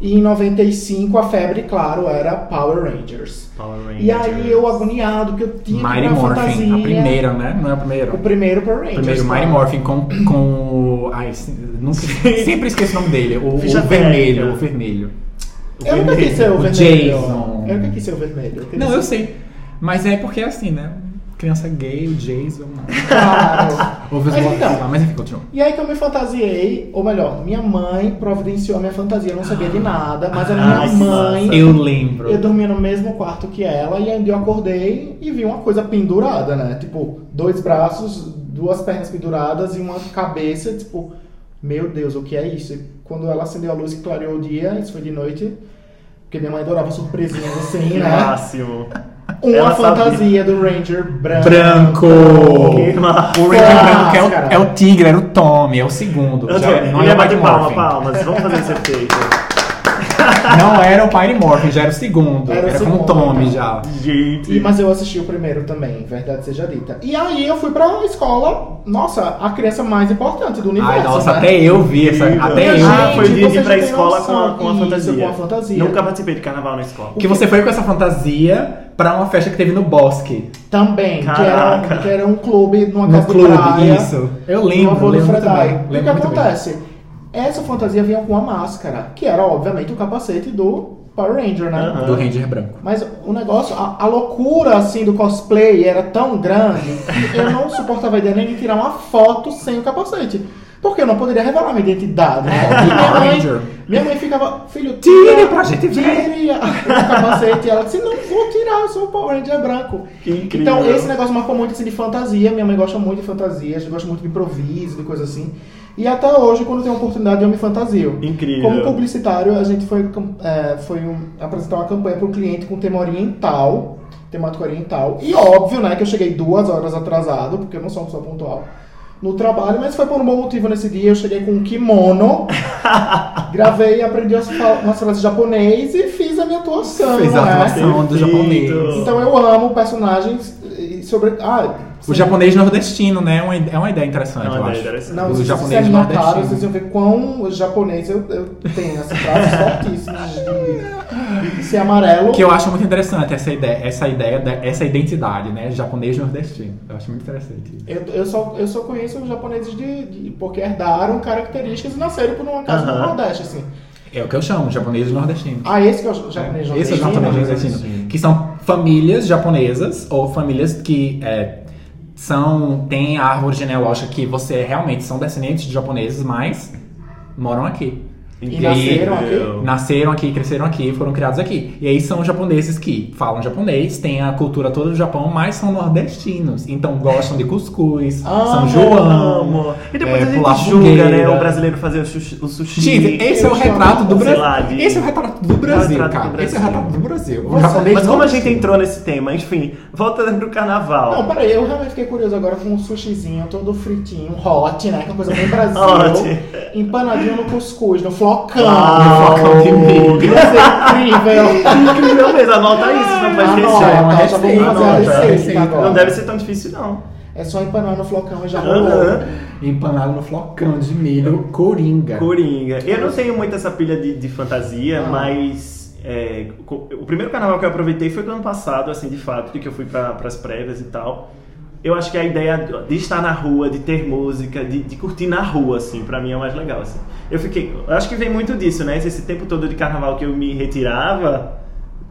B: E em 95 a febre, claro, era Power Rangers.
A: Power
B: E aí
A: Rangers.
B: eu agoniado que eu tinha que ir
C: Mighty
B: pra
C: Morphin,
B: fantasia.
C: a primeira, né? Não é a primeira.
B: O primeiro Power
C: O
B: Rangers.
C: primeiro Mighty
B: claro.
C: Morphin com, com ai, se- nunca, sempre esqueço o nome dele, o, o
A: Ficha
C: vermelho,
A: técnica.
C: o vermelho.
B: Eu nunca quis ser o
C: O
B: vermelho.
C: Jason.
B: Eu nunca quis ser o vermelho. queria
C: Não,
B: ser-
C: eu sei, mas é porque é assim, né? Criança gay, o Jason,
B: Claro.
C: ouve os
B: Mas
C: blocos
B: então.
C: lá, mas enfim, continua.
B: E aí que eu me fantasiei, ou melhor, minha mãe providenciou a minha fantasia, eu não sabia de nada, mas era minha
A: Ai, que
B: mãe.
A: massa.
C: Eu lembro.
B: Eu dormia no mesmo quarto que ela, e ainda eu acordei e vi uma coisa pendurada, né? Tipo, dois braços, duas pernas penduradas e uma cabeça, tipo, meu Deus, o que é isso? E quando ela acendeu a luz que clareou o dia, isso foi de noite, porque minha mãe adorava surpresinhas assim,
A: Que
B: né?
A: máximo.
B: Uma
A: Ela sabia.
B: fantasia do Ranger branco.
C: Branco.
A: Que máximo.
C: O Ranger Branco é
B: Ah, Cara.
C: o, é o tigre, era o Tommy, é o segundo.
A: Eu
C: Já
A: tô,
C: é-
A: não ia
C: o Mighty
A: bater palma,
C: Morphin.
A: palmas. Vamos fazer esse efeito.
C: Não era o Pyre Morphin, já era o segundo.
B: Era
C: Era,
B: o
C: com
B: segundo,
C: o Tommy
B: então.
C: já.
A: Gente.
B: E, mas eu assisti o primeiro também, verdade seja dita. E aí eu fui pra escola, nossa, a criança mais importante do universo.
C: Ai, nossa,
B: né?
C: até eu vi essa.
A: Lindo.
C: Até eu.
A: ah,
B: Gente,
A: foi o dia de ir
B: vocês
A: pra
B: não têm
A: escola com
B: noção.
A: a, com a
B: Isso,
A: fantasia.
B: com a fantasia.
A: Nunca participei de carnaval na escola.
C: Que você foi com essa fantasia pra uma festa que teve no bosque.
B: Também, que
A: Caraca.
B: era, que era um clube numa
C: No
B: casa de
C: clube,
B: praia.
C: isso. Eu
B: no
C: lembro.
B: avô do
C: lembro muito
B: Fredai. E
C: bem,
B: O que
C: lembro muito bem.
B: acontece? Essa fantasia vinha com a máscara, que era, obviamente, o capacete do Power Ranger, né?
A: Aham.
C: Do Ranger branco.
B: Mas o negócio, a, a loucura assim do cosplay era tão grande que eu não suportava a ideia nem de tirar uma foto sem o capacete. Porque eu não poderia revelar minha identidade. né?
C: É,
B: E minha,
C: Power
B: mãe,
C: Ranger.
B: minha mãe ficava, filho,
C: Tire
B: tira
C: pra gente ver."
B: Tire a- o capacete. E ela disse, não vou tirar, eu sou o Power Ranger branco.
A: Que incrível.
B: Então esse negócio marcou muito assim, de fantasia. Minha mãe gosta muito de fantasias, gosta muito de improviso, de coisa assim. E até hoje, quando tem oportunidade, eu me fantasio.
A: Incrível.
B: Como publicitário, a gente foi, cam- é, foi um- apresentar uma campanha para o cliente com tema oriental, temática oriental. E óbvio, né, que eu cheguei duas horas atrasado, porque eu não sou uma pessoa pontual, no trabalho, mas foi por um bom motivo nesse dia. Eu cheguei com um kimono, gravei, aprendi umas, fa- umas frases japonês e fiz a minha atuação,
C: Fez a
B: né?
C: atuação do
A: Perfeito.
C: japonês.
B: Então eu amo personagens e sobre... Ah,
C: O japonês nordestino, né? É uma, é uma ideia interessante,
A: É uma
C: eu
A: ideia
C: acho.
A: interessante.
B: Não,
C: O
B: se
C: japonês
B: vocês notaram,
C: nordestino.
B: vocês iam ver quão japonês eu, eu tenho. Essas frases fortíssimas de- de ser amarelo.
C: Que eu acho muito interessante essa ideia, essa ideia, da- essa identidade, né? Japonês nordestino. Eu acho muito interessante.
B: Eu, eu só, eu só conheço os japoneses de, de- porque herdaram características e nasceram por uma casa
A: Aham.
B: do Nordeste, assim.
C: É o que eu chamo, japonês nordestino.
B: Ah, esse que é o japonês
C: Esse é o
B: nordestino?
C: japonês
A: Sim.
C: nordestino. Que são famílias japonesas ou famílias que é, são têm a árvore genealógica que você realmente são descendentes de japoneses, mas moram aqui.
B: E nasceram aqui?
C: Nasceram aqui, cresceram aqui, foram criados aqui. E aí são japoneses que falam japonês, têm a cultura toda do Japão, mas são nordestinos. Então gostam de cuscuz,
B: Ah,
C: São João.
A: Amo. E depois
C: É,
A: a
C: pular
A: gente julga, né?
C: fogueira.
A: O brasileiro fazer o sushi. O sushi.
C: Gente, esse é o
B: eu chamo,
C: retrato do
A: sei
C: Brasil.
A: lá, de-
C: Esse é o retrato do Brasil,
A: retrato do
C: cara. Esse é
A: Brasil.
C: o retrato do Brasil. O
B: Nossa,
C: japonês
A: Mas como a gente
C: nordestino.
A: entrou nesse tema? Enfim, volta pro carnaval.
B: Não, peraí, eu realmente fiquei curioso agora com um sushizinho todo fritinho, hot, né? Que é uma coisa bem Brasil.
A: Hot.
B: empanadinho no cuscuz, no flocão.
C: Ah,
B: no
A: Uau,
B: flocão de milho. Ia ser incrível.
A: Incrível mesmo, anota isso pra
B: Ah,
A: fazer
B: não,
C: é uma
B: tá, já
C: receita,
B: vamos fazer a
A: anota,
B: receita
C: receita.
B: agora.
A: Não Tá deve ser tão difícil, não.
B: É só empanar no flocão e já rolou.
A: Aham.
C: Empanado no flocão de milho coringa.
A: Coringa. Eu não tenho muito essa pilha de, de fantasia,
B: Ah.
A: mas é, co- o primeiro carnaval que eu aproveitei foi do ano passado, assim, de fato, que eu fui para as prévias e tal. Eu acho que a ideia de estar na rua, de ter música, de, de curtir na rua, assim, pra mim é o mais legal, assim. Eu fiquei... Eu acho que vem muito disso, né? Esse, esse tempo todo de carnaval que eu me retirava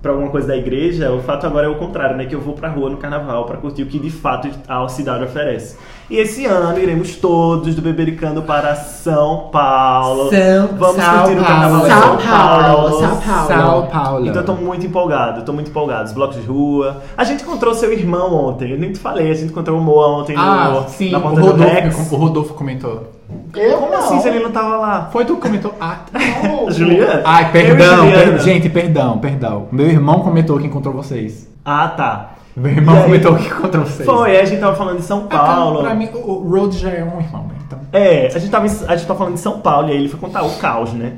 A: pra alguma coisa da igreja, o fato agora é o contrário, né? Que eu vou pra rua no carnaval pra curtir o que de fato a cidade oferece. E esse ano iremos todos do Bebericando para São Paulo.
C: São
A: Vamos
C: São
A: curtir o carnaval de
C: Paulo.
A: São Paulo.
B: São Paulo.
C: São Paulo.
A: Então eu tô muito empolgado, tô muito empolgado. Os blocos de rua. A gente encontrou seu irmão ontem, eu nem te falei, a gente encontrou o Moa ontem
C: Ah,
A: no,
C: sim,
A: na
C: o
A: porta do
C: Rodolfo,
A: Rex.
C: o Rodolfo comentou.
B: Eu
A: Como
B: não.
A: assim se ele não tava lá?
C: Foi tu que comentou? Ah,
B: Não.
A: Juliana?
C: Ai,
A: Eu e
C: perdão,
A: Juliana.
C: per- gente, perdão, perdão. Meu irmão comentou que encontrou vocês.
A: Ah, tá.
C: Meu
A: E
C: irmão
A: aí?
C: comentou que encontrou vocês.
A: Foi, aí a gente tava falando de São
C: Ah, cara,
A: Paulo.
C: Pra mim, o- o Road já é um irmão, né? Então.
A: É, a gente, tava, em- a gente tava falando de São Paulo e aí ele foi contar o caos, né?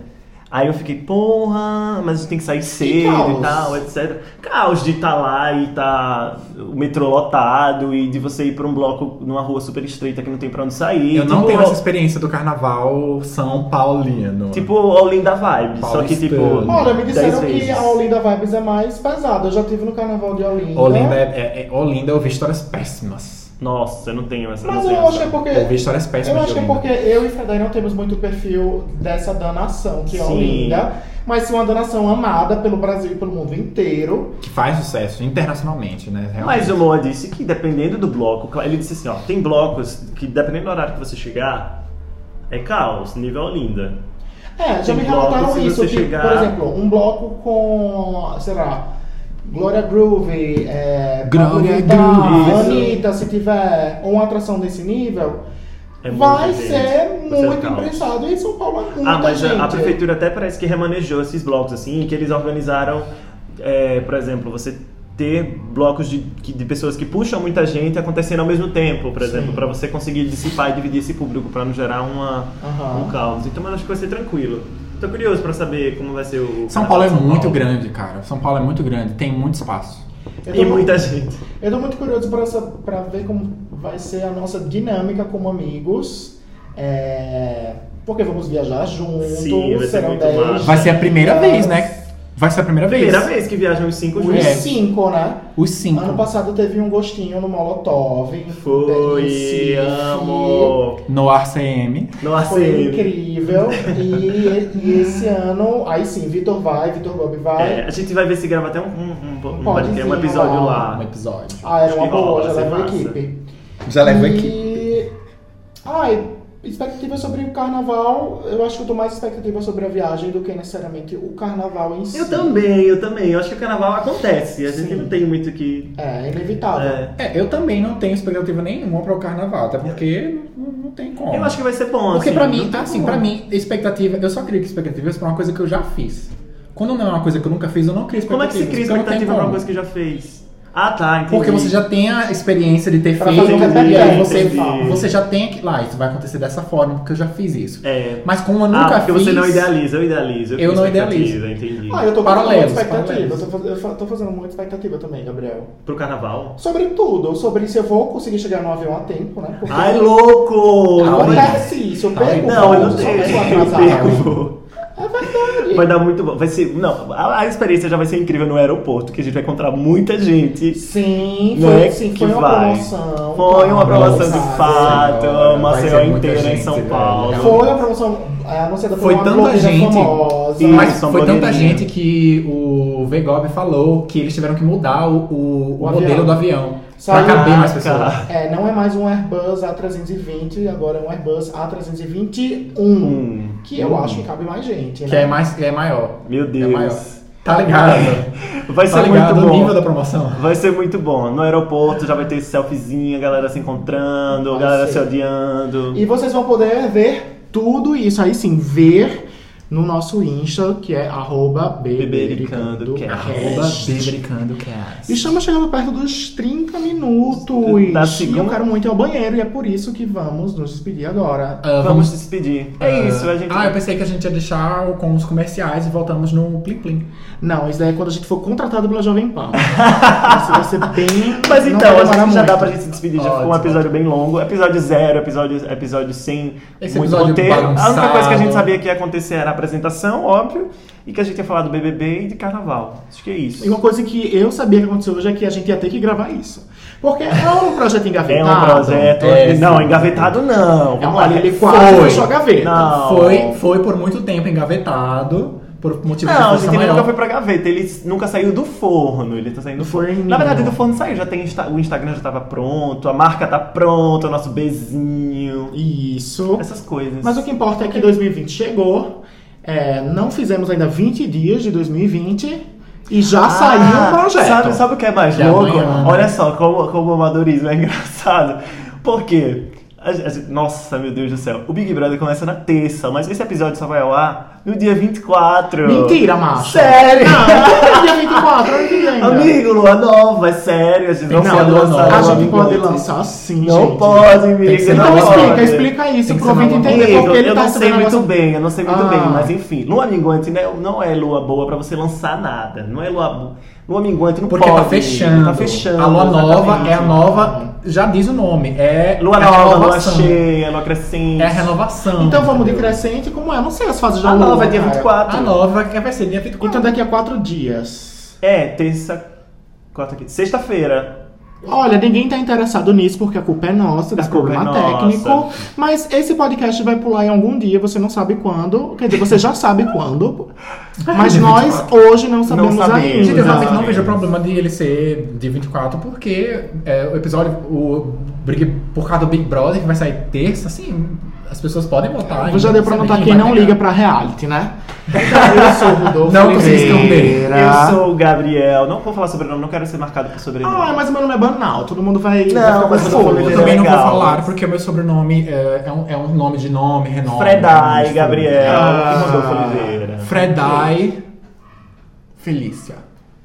A: Aí eu fiquei, porra, mas a gente tem que sair cedo
B: caos?
A: e tal, etc. Caos de estar lá e tá o metrô lotado e de você ir pra um bloco numa rua super estreita que não tem pra onde sair.
C: Eu não
A: Tipo,
C: tenho essa experiência do carnaval São Paulino.
A: Tipo, a Olinda Vibe, só que tipo.
C: Paulistano.
B: Olha, me disseram
A: 10
B: que
A: vezes.
B: a Olinda Vibes é mais pesada. Eu já tive no carnaval de Olinda.
C: Olinda,
A: né?
C: é, é- é- Olinda eu ouvi histórias péssimas.
A: Nossa, eu não tenho essa.
B: Mas
A: não tenho
B: eu acho que
A: essa.
B: é porque.
C: Eu ouvi histórias péssimas
B: Eu
C: de
B: acho que é
C: Olinda.
B: porque eu e Fredai não temos muito o perfil dessa danação, que é
A: Sim.
B: Olinda. Mas sim uma danação amada pelo Brasil e pelo mundo inteiro.
C: Que faz sucesso internacionalmente, né? Realmente.
A: Mas o Moa disse que dependendo do bloco, cla- ele disse assim, ó, tem blocos que dependendo do horário que você chegar, é caos, nível Olinda.
B: É, já
A: Tem
B: me
A: bloco,
B: relataram
A: se
B: isso.
A: você
B: Que,
A: chegar-
B: Por exemplo, um bloco com, sei lá, Gloria Groove, é,
C: Gloria
B: Pablo
A: Groove.
B: Vittar, Anitta, se tiver uma atração desse nível,
A: É
B: vai
A: muita gente.
B: ser
A: Vai ser
B: muito
A: caos.
B: imprensado. E São Paulo é muita
A: Ah, mas
B: gente.
A: a, a prefeitura até parece que remanejou esses blocos, assim, que eles organizaram, é, por exemplo, você ter blocos de, que- de pessoas que puxam muita gente acontecendo ao mesmo tempo, por exemplo, para você conseguir dissipar e dividir esse público, para não gerar uma,
C: Ah.
B: Aham.
A: um caos. Então, mas acho que vai ser tranquilo. Tô curioso para saber como vai ser o.
C: São Paulo é muito grande, cara. São Paulo é muito grande, tem muito espaço.
B: Eu tô
A: E
B: mu-
A: muita gente.
B: Eu tô muito curioso pra, essa- pra ver como vai ser a nossa dinâmica como amigos. É, porque vamos viajar juntos.
A: Sim, vai ser
B: serão
A: muito
B: 10
A: massa.
C: Vai ser a primeira
B: dias.
C: vez, né? Vai ser a primeira vez.
A: Primeira vez que viajam os cinco
B: Os
A: juntos.
C: É.
B: cinco, né?
C: Os cinco.
B: Ano passado teve um gostinho no Molotov. em
A: Foi,
B: Recife.
A: amo.
C: No ACM.
A: Nossa,
B: Foi
A: ele-
B: incrível. E, e esse ano, aí sim, Vitor vai, Vitor Bob vai.
A: É, a gente vai ver se grava até um, um, um, um podcast, um
B: Podzinho lá.
A: episódio lá.
C: Um episódio.
B: Ah, era uma
A: Acho que rola,
B: boa, já
A: vai ser
B: leva a
A: massa.
B: equipe.
D: Já levou
B: E-
D: aqui.
B: Ai, expectativa sobre o carnaval. Eu acho que eu tô mais expectativa sobre a viagem do que necessariamente o carnaval em si.
A: Eu também, eu também. Eu acho que o carnaval acontece. A gente
B: Sim.
A: não tem muito o que.
B: É, é inevitável.
A: é.
C: É, eu também não tenho expectativa nenhuma para o carnaval, até porque não, não tem como.
A: Eu acho que vai ser bom.
C: Porque
A: assim,
C: pra mim,
A: não tem
C: assim,
A: como.
C: pra mim, expectativa, eu só crio expectativas pra uma coisa que eu já fiz. Quando não é uma coisa que eu nunca fiz, eu não crio
A: Como é
C: expectativas.
A: que se cria
C: porque eu não tenho
A: expectativa pra
C: como.
A: uma coisa que já fez? Ah, tá, entendi.
C: Porque você já tem a experiência de ter
B: Pra
C: feito,
B: fazer um
C: e aí
B: repertório,
C: você,
A: entendi.
C: você já tem que. Lá, isso vai acontecer dessa forma, porque eu já fiz isso.
A: É.
C: Mas como eu
A: ah,
C: nunca
A: porque
C: fiz.
A: você não idealiza, eu idealizo.
C: Eu
A: crio
C: não
A: expectativa, Entendi.
B: Ah, eu tô fazendo
C: Paralelos,
B: muita expectativa.
C: paralelos.
B: Eu tô, faz- eu fa- tô fazendo muita expectativa também, Gabriel.
A: Pro carnaval?
B: Sobre tudo, sobre se eu vou conseguir chegar no avião a tempo, né? Porque
A: Ai, louco!
C: Ah, olha.
B: acontece isso, eu
C: Ai,
B: perco.
A: Não, eu não
B: sou
A: sei.
B: uma pessoa
A: Eu
B: atrasada.
A: perco.
B: É
C: né?
B: verdade.
A: Vai dar muito bom. Vai ser. Não, a, a experiência já vai ser incrível no aeroporto, que a gente vai encontrar muita gente.
B: Sim,
A: Não
B: foi,
A: é
B: sim,
A: que
B: foi uma
A: vai.
B: promoção.
A: Foi uma promoção
B: Nossa,
A: de fato,
C: Senhora,
A: uma
C: vai ser
A: senhora
C: muita
A: inteira em
C: gente, né?
A: São
C: velho.
A: Paulo.
B: Foi a promoção é, anunciada por
C: Foi
B: uma
C: tanta
B: blogueira
C: gente.
B: famosa.
A: Isso,
C: Mas
A: né, são
C: foi tanta
A: blogueirinhas.
C: gente que o Vegob falou que eles tiveram que mudar o, o- o
B: O
C: modelo
B: avião.
C: do avião.
B: Saiu-
C: pra caber mais
A: Caraca.
C: pessoas.
B: É, não é mais um Airbus A320, agora é um Airbus A321.
A: Hum,
B: Que eu acho que cabe mais gente, né?
C: Que é, mais, é maior.
A: meu
C: É maior.
A: Deus.
C: Tá ligado?
A: Vai ser
C: tá ligado
A: muito
C: o
A: bom.
C: nível da promoção.
A: Vai ser muito bom. No aeroporto já vai ter selfiezinha, galera se encontrando,
B: Vai
A: galera
B: ser.
A: se odiando.
C: uh,
B: E vocês vão poder ver tudo isso aí sim, ver no nosso Insta, que é arroba
A: Bebericando
B: bebericandocast.
A: Arroba
C: bebericando cast.
B: Estamos chegando perto dos 30 minutos.
A: Da segunda-
B: E eu quero muito ir ao banheiro e é por isso que vamos nos despedir agora.
C: Ah,
A: Vamos se despedir. É isso, a gente.
C: Ah, eu pensei que a gente ia deixar com os comerciais e voltamos no Plim Plim.
B: Não, isso daí é quando a gente for contratado pela Jovem Pan. isso vai ser bem.
A: Mas
B: não
A: então,
B: vai
A: a gente já
B: demorar muito.
A: dá pra gente se despedir. Já ficou um
C: Ótimo.
A: episódio bem longo. Episódio zero, episódio, episódio sem
C: Esse
A: muito
C: episódio
A: roteiro. A única
C: bagunçado.
A: coisa que a gente sabia que ia acontecer era a apresentação, óbvio. E que a gente ia falar do BBB e de carnaval. Acho que é isso.
B: E uma coisa que eu sabia que aconteceu hoje é que a gente ia ter que gravar isso. Porque é um projeto
A: É
B: engavetado.
A: um projeto.
C: É,
A: não,
C: sim.
A: engavetado não.
B: É
A: Vamos
B: um
A: lá.
B: ele quase
C: Foi.
B: fechou a gaveta.
A: Não.
C: Foi, foi por muito tempo engavetado, por motivo
A: Não,
C: de
A: gente,
C: força
A: ele nunca
C: maior.
A: foi pra gaveta. Ele nunca saiu do forno. Ele tá saindo do
B: Do
A: forno.
B: forninho.
A: Na verdade, do forno saiu. Já tem Insta- o Instagram já tava pronto, a marca tá pronta, o nosso bezinho.
B: Isso.
A: Essas coisas.
B: Mas o que importa é que 2020 chegou. É, não fizemos ainda 20 dias de 2020 e já saiu o Tá um projeto.
A: Ah, Sabe, sabe o que é mais
C: Já
A: louco?
C: amanhã.
A: Olha só como, como o amadorismo é engraçado. Por quê? A gente- a gente- nossa, meu Deus do céu. O Big Brother começa na terça, mas esse episódio só vai ao ar no dia 24.
B: Mentira, macho.
A: Sério?
B: Não, dia 24, ano que vem ainda.
A: Amigo, lua nova, é sério. A gente não,
B: Não,
A: pode
C: lua
A: lançar
C: nova.
B: a
A: lua
B: gente
A: nova.
B: pode lançar sim,
A: Não
B: gente.
A: pode, amigo.
C: que ser
A: não
B: Então
C: na
A: pode.
B: explica, explica isso
C: Tem
B: pro
C: que ser na
B: ouvinte
C: lua
B: entender
A: Amigo,
B: porque ele
A: eu
B: tá
A: não sei
C: um
B: recebendo
A: muito
B: negócio-
A: bem, eu não sei muito
B: Ah.
A: bem, mas enfim, lua minguante né, não é lua boa pra você lançar nada, não é lua lua minguante não
C: Porque
A: pode,
C: tá fechando.
A: tá fechando.
C: A lua nova
A: exatamente.
C: é a nova. Já diz o nome. É
A: Lua
C: é a
A: nova, lua
C: renovação.
A: cheia, lua crescente.
C: É a renovação.
B: Então vamos de crescente, como é? Não sei as fases da
A: a
B: lua.
A: nova é dia
B: cara.
A: 24.
C: A nova que vai ser dia 24.
B: Então daqui a quatro dias.
A: É, terça, quarta, quinta, sexta-feira.
B: Olha, ninguém tá interessado nisso porque a culpa é nossa, desse
A: A culpa
B: problema
A: é nossa.
B: técnico. Mas esse podcast vai pular em algum dia, você não sabe quando. Quer dizer, você já sabe quando. Mas nós hoje não sabemos,
A: sabemos.
B: ainda.
C: Gente, eu realmente não
A: Exatamente.
C: vejo problema de ele ser de 24, porque é, o episódio, o Big, por causa do Big Brother, que vai sair terça, assim, as pessoas podem votar.
B: Eu já deu pra notar quem não liga pra reality, né? Eu sou o Rodolfo
C: Não consegui esconder.
B: Oliveira.
A: Eu sou o Gabriel, não vou falar sobrenome, não quero ser marcado por sobrenome.
B: Ah, mas o meu nome é banal, todo mundo vai.
A: Não,
B: vai ficar
A: mas
B: com
A: eu tô
B: fogo.
A: falando
C: Eu
A: Ele é
C: também não vou
A: legal.
C: falar, porque o meu sobrenome é, é um, é um nome de nome, renome.
A: Fredai,
C: é um-
A: Gabriel,
B: Ah.
A: e Rodolfo Oliveira.
C: Fredai Felícia.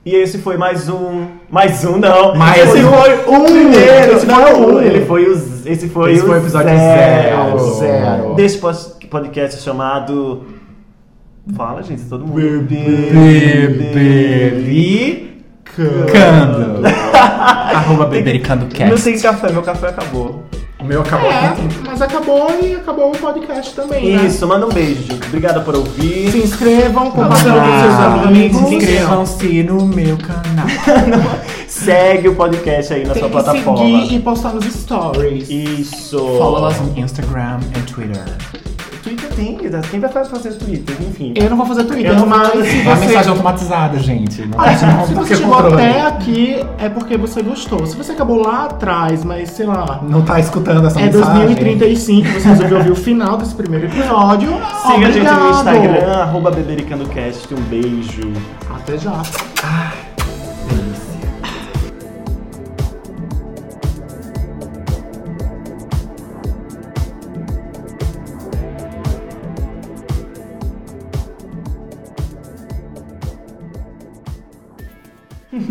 A: E esse foi mais um. Mais um, não.
C: Mais
A: esse
C: um.
A: foi um
B: Primeiro,
A: Esse
B: não,
A: foi
B: um.
A: um. Ele foi o. Esse foi
C: Esse
A: o
C: foi o episódio
A: zero.
C: zero.
B: Zero.
A: Desse pos- podcast chamado. Fala, gente, todo mundo.
C: Bebericando. Arroba Bebericando
A: Não tem café, meu café acabou.
C: O meu acabou.
B: É, mas acabou e acabou o podcast também, né?
A: Isso, manda um beijo. Obrigada por ouvir.
B: Se inscrevam, compartilhem com seus amigos.
C: Inscrevam-se no meu canal.
A: Segue o podcast aí na
B: Tem
A: sua
B: que
A: plataforma.
B: seguir e postar nos stories.
A: Isso.
C: Follow us on Instagram and Twitter.
A: Twitter tem, quem vai fazer Twitter? Enfim.
B: Eu não vou fazer Twitter,
A: Eu não vou
B: mas
A: fazer.
B: se
C: É uma mensagem
B: você...
C: automatizada, gente. Não
B: Ah,
C: é não
B: se você
C: tem
B: chegou
C: controle.
B: até aqui, é porque você gostou. Se você acabou lá atrás, mas sei lá,
C: Não tá escutando essa
B: É
C: mensagem.
B: 2035, você resolveu ouvir o final desse primeiro episódio.
A: Siga
B: Obrigado.
A: a gente no Instagram, arroba bebericandocast. Um beijo.
B: Até já.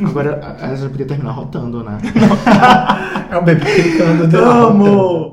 B: Agora a a gente podia terminar rotando, né? né?
C: É o bebê ficando de lado.
A: Amo!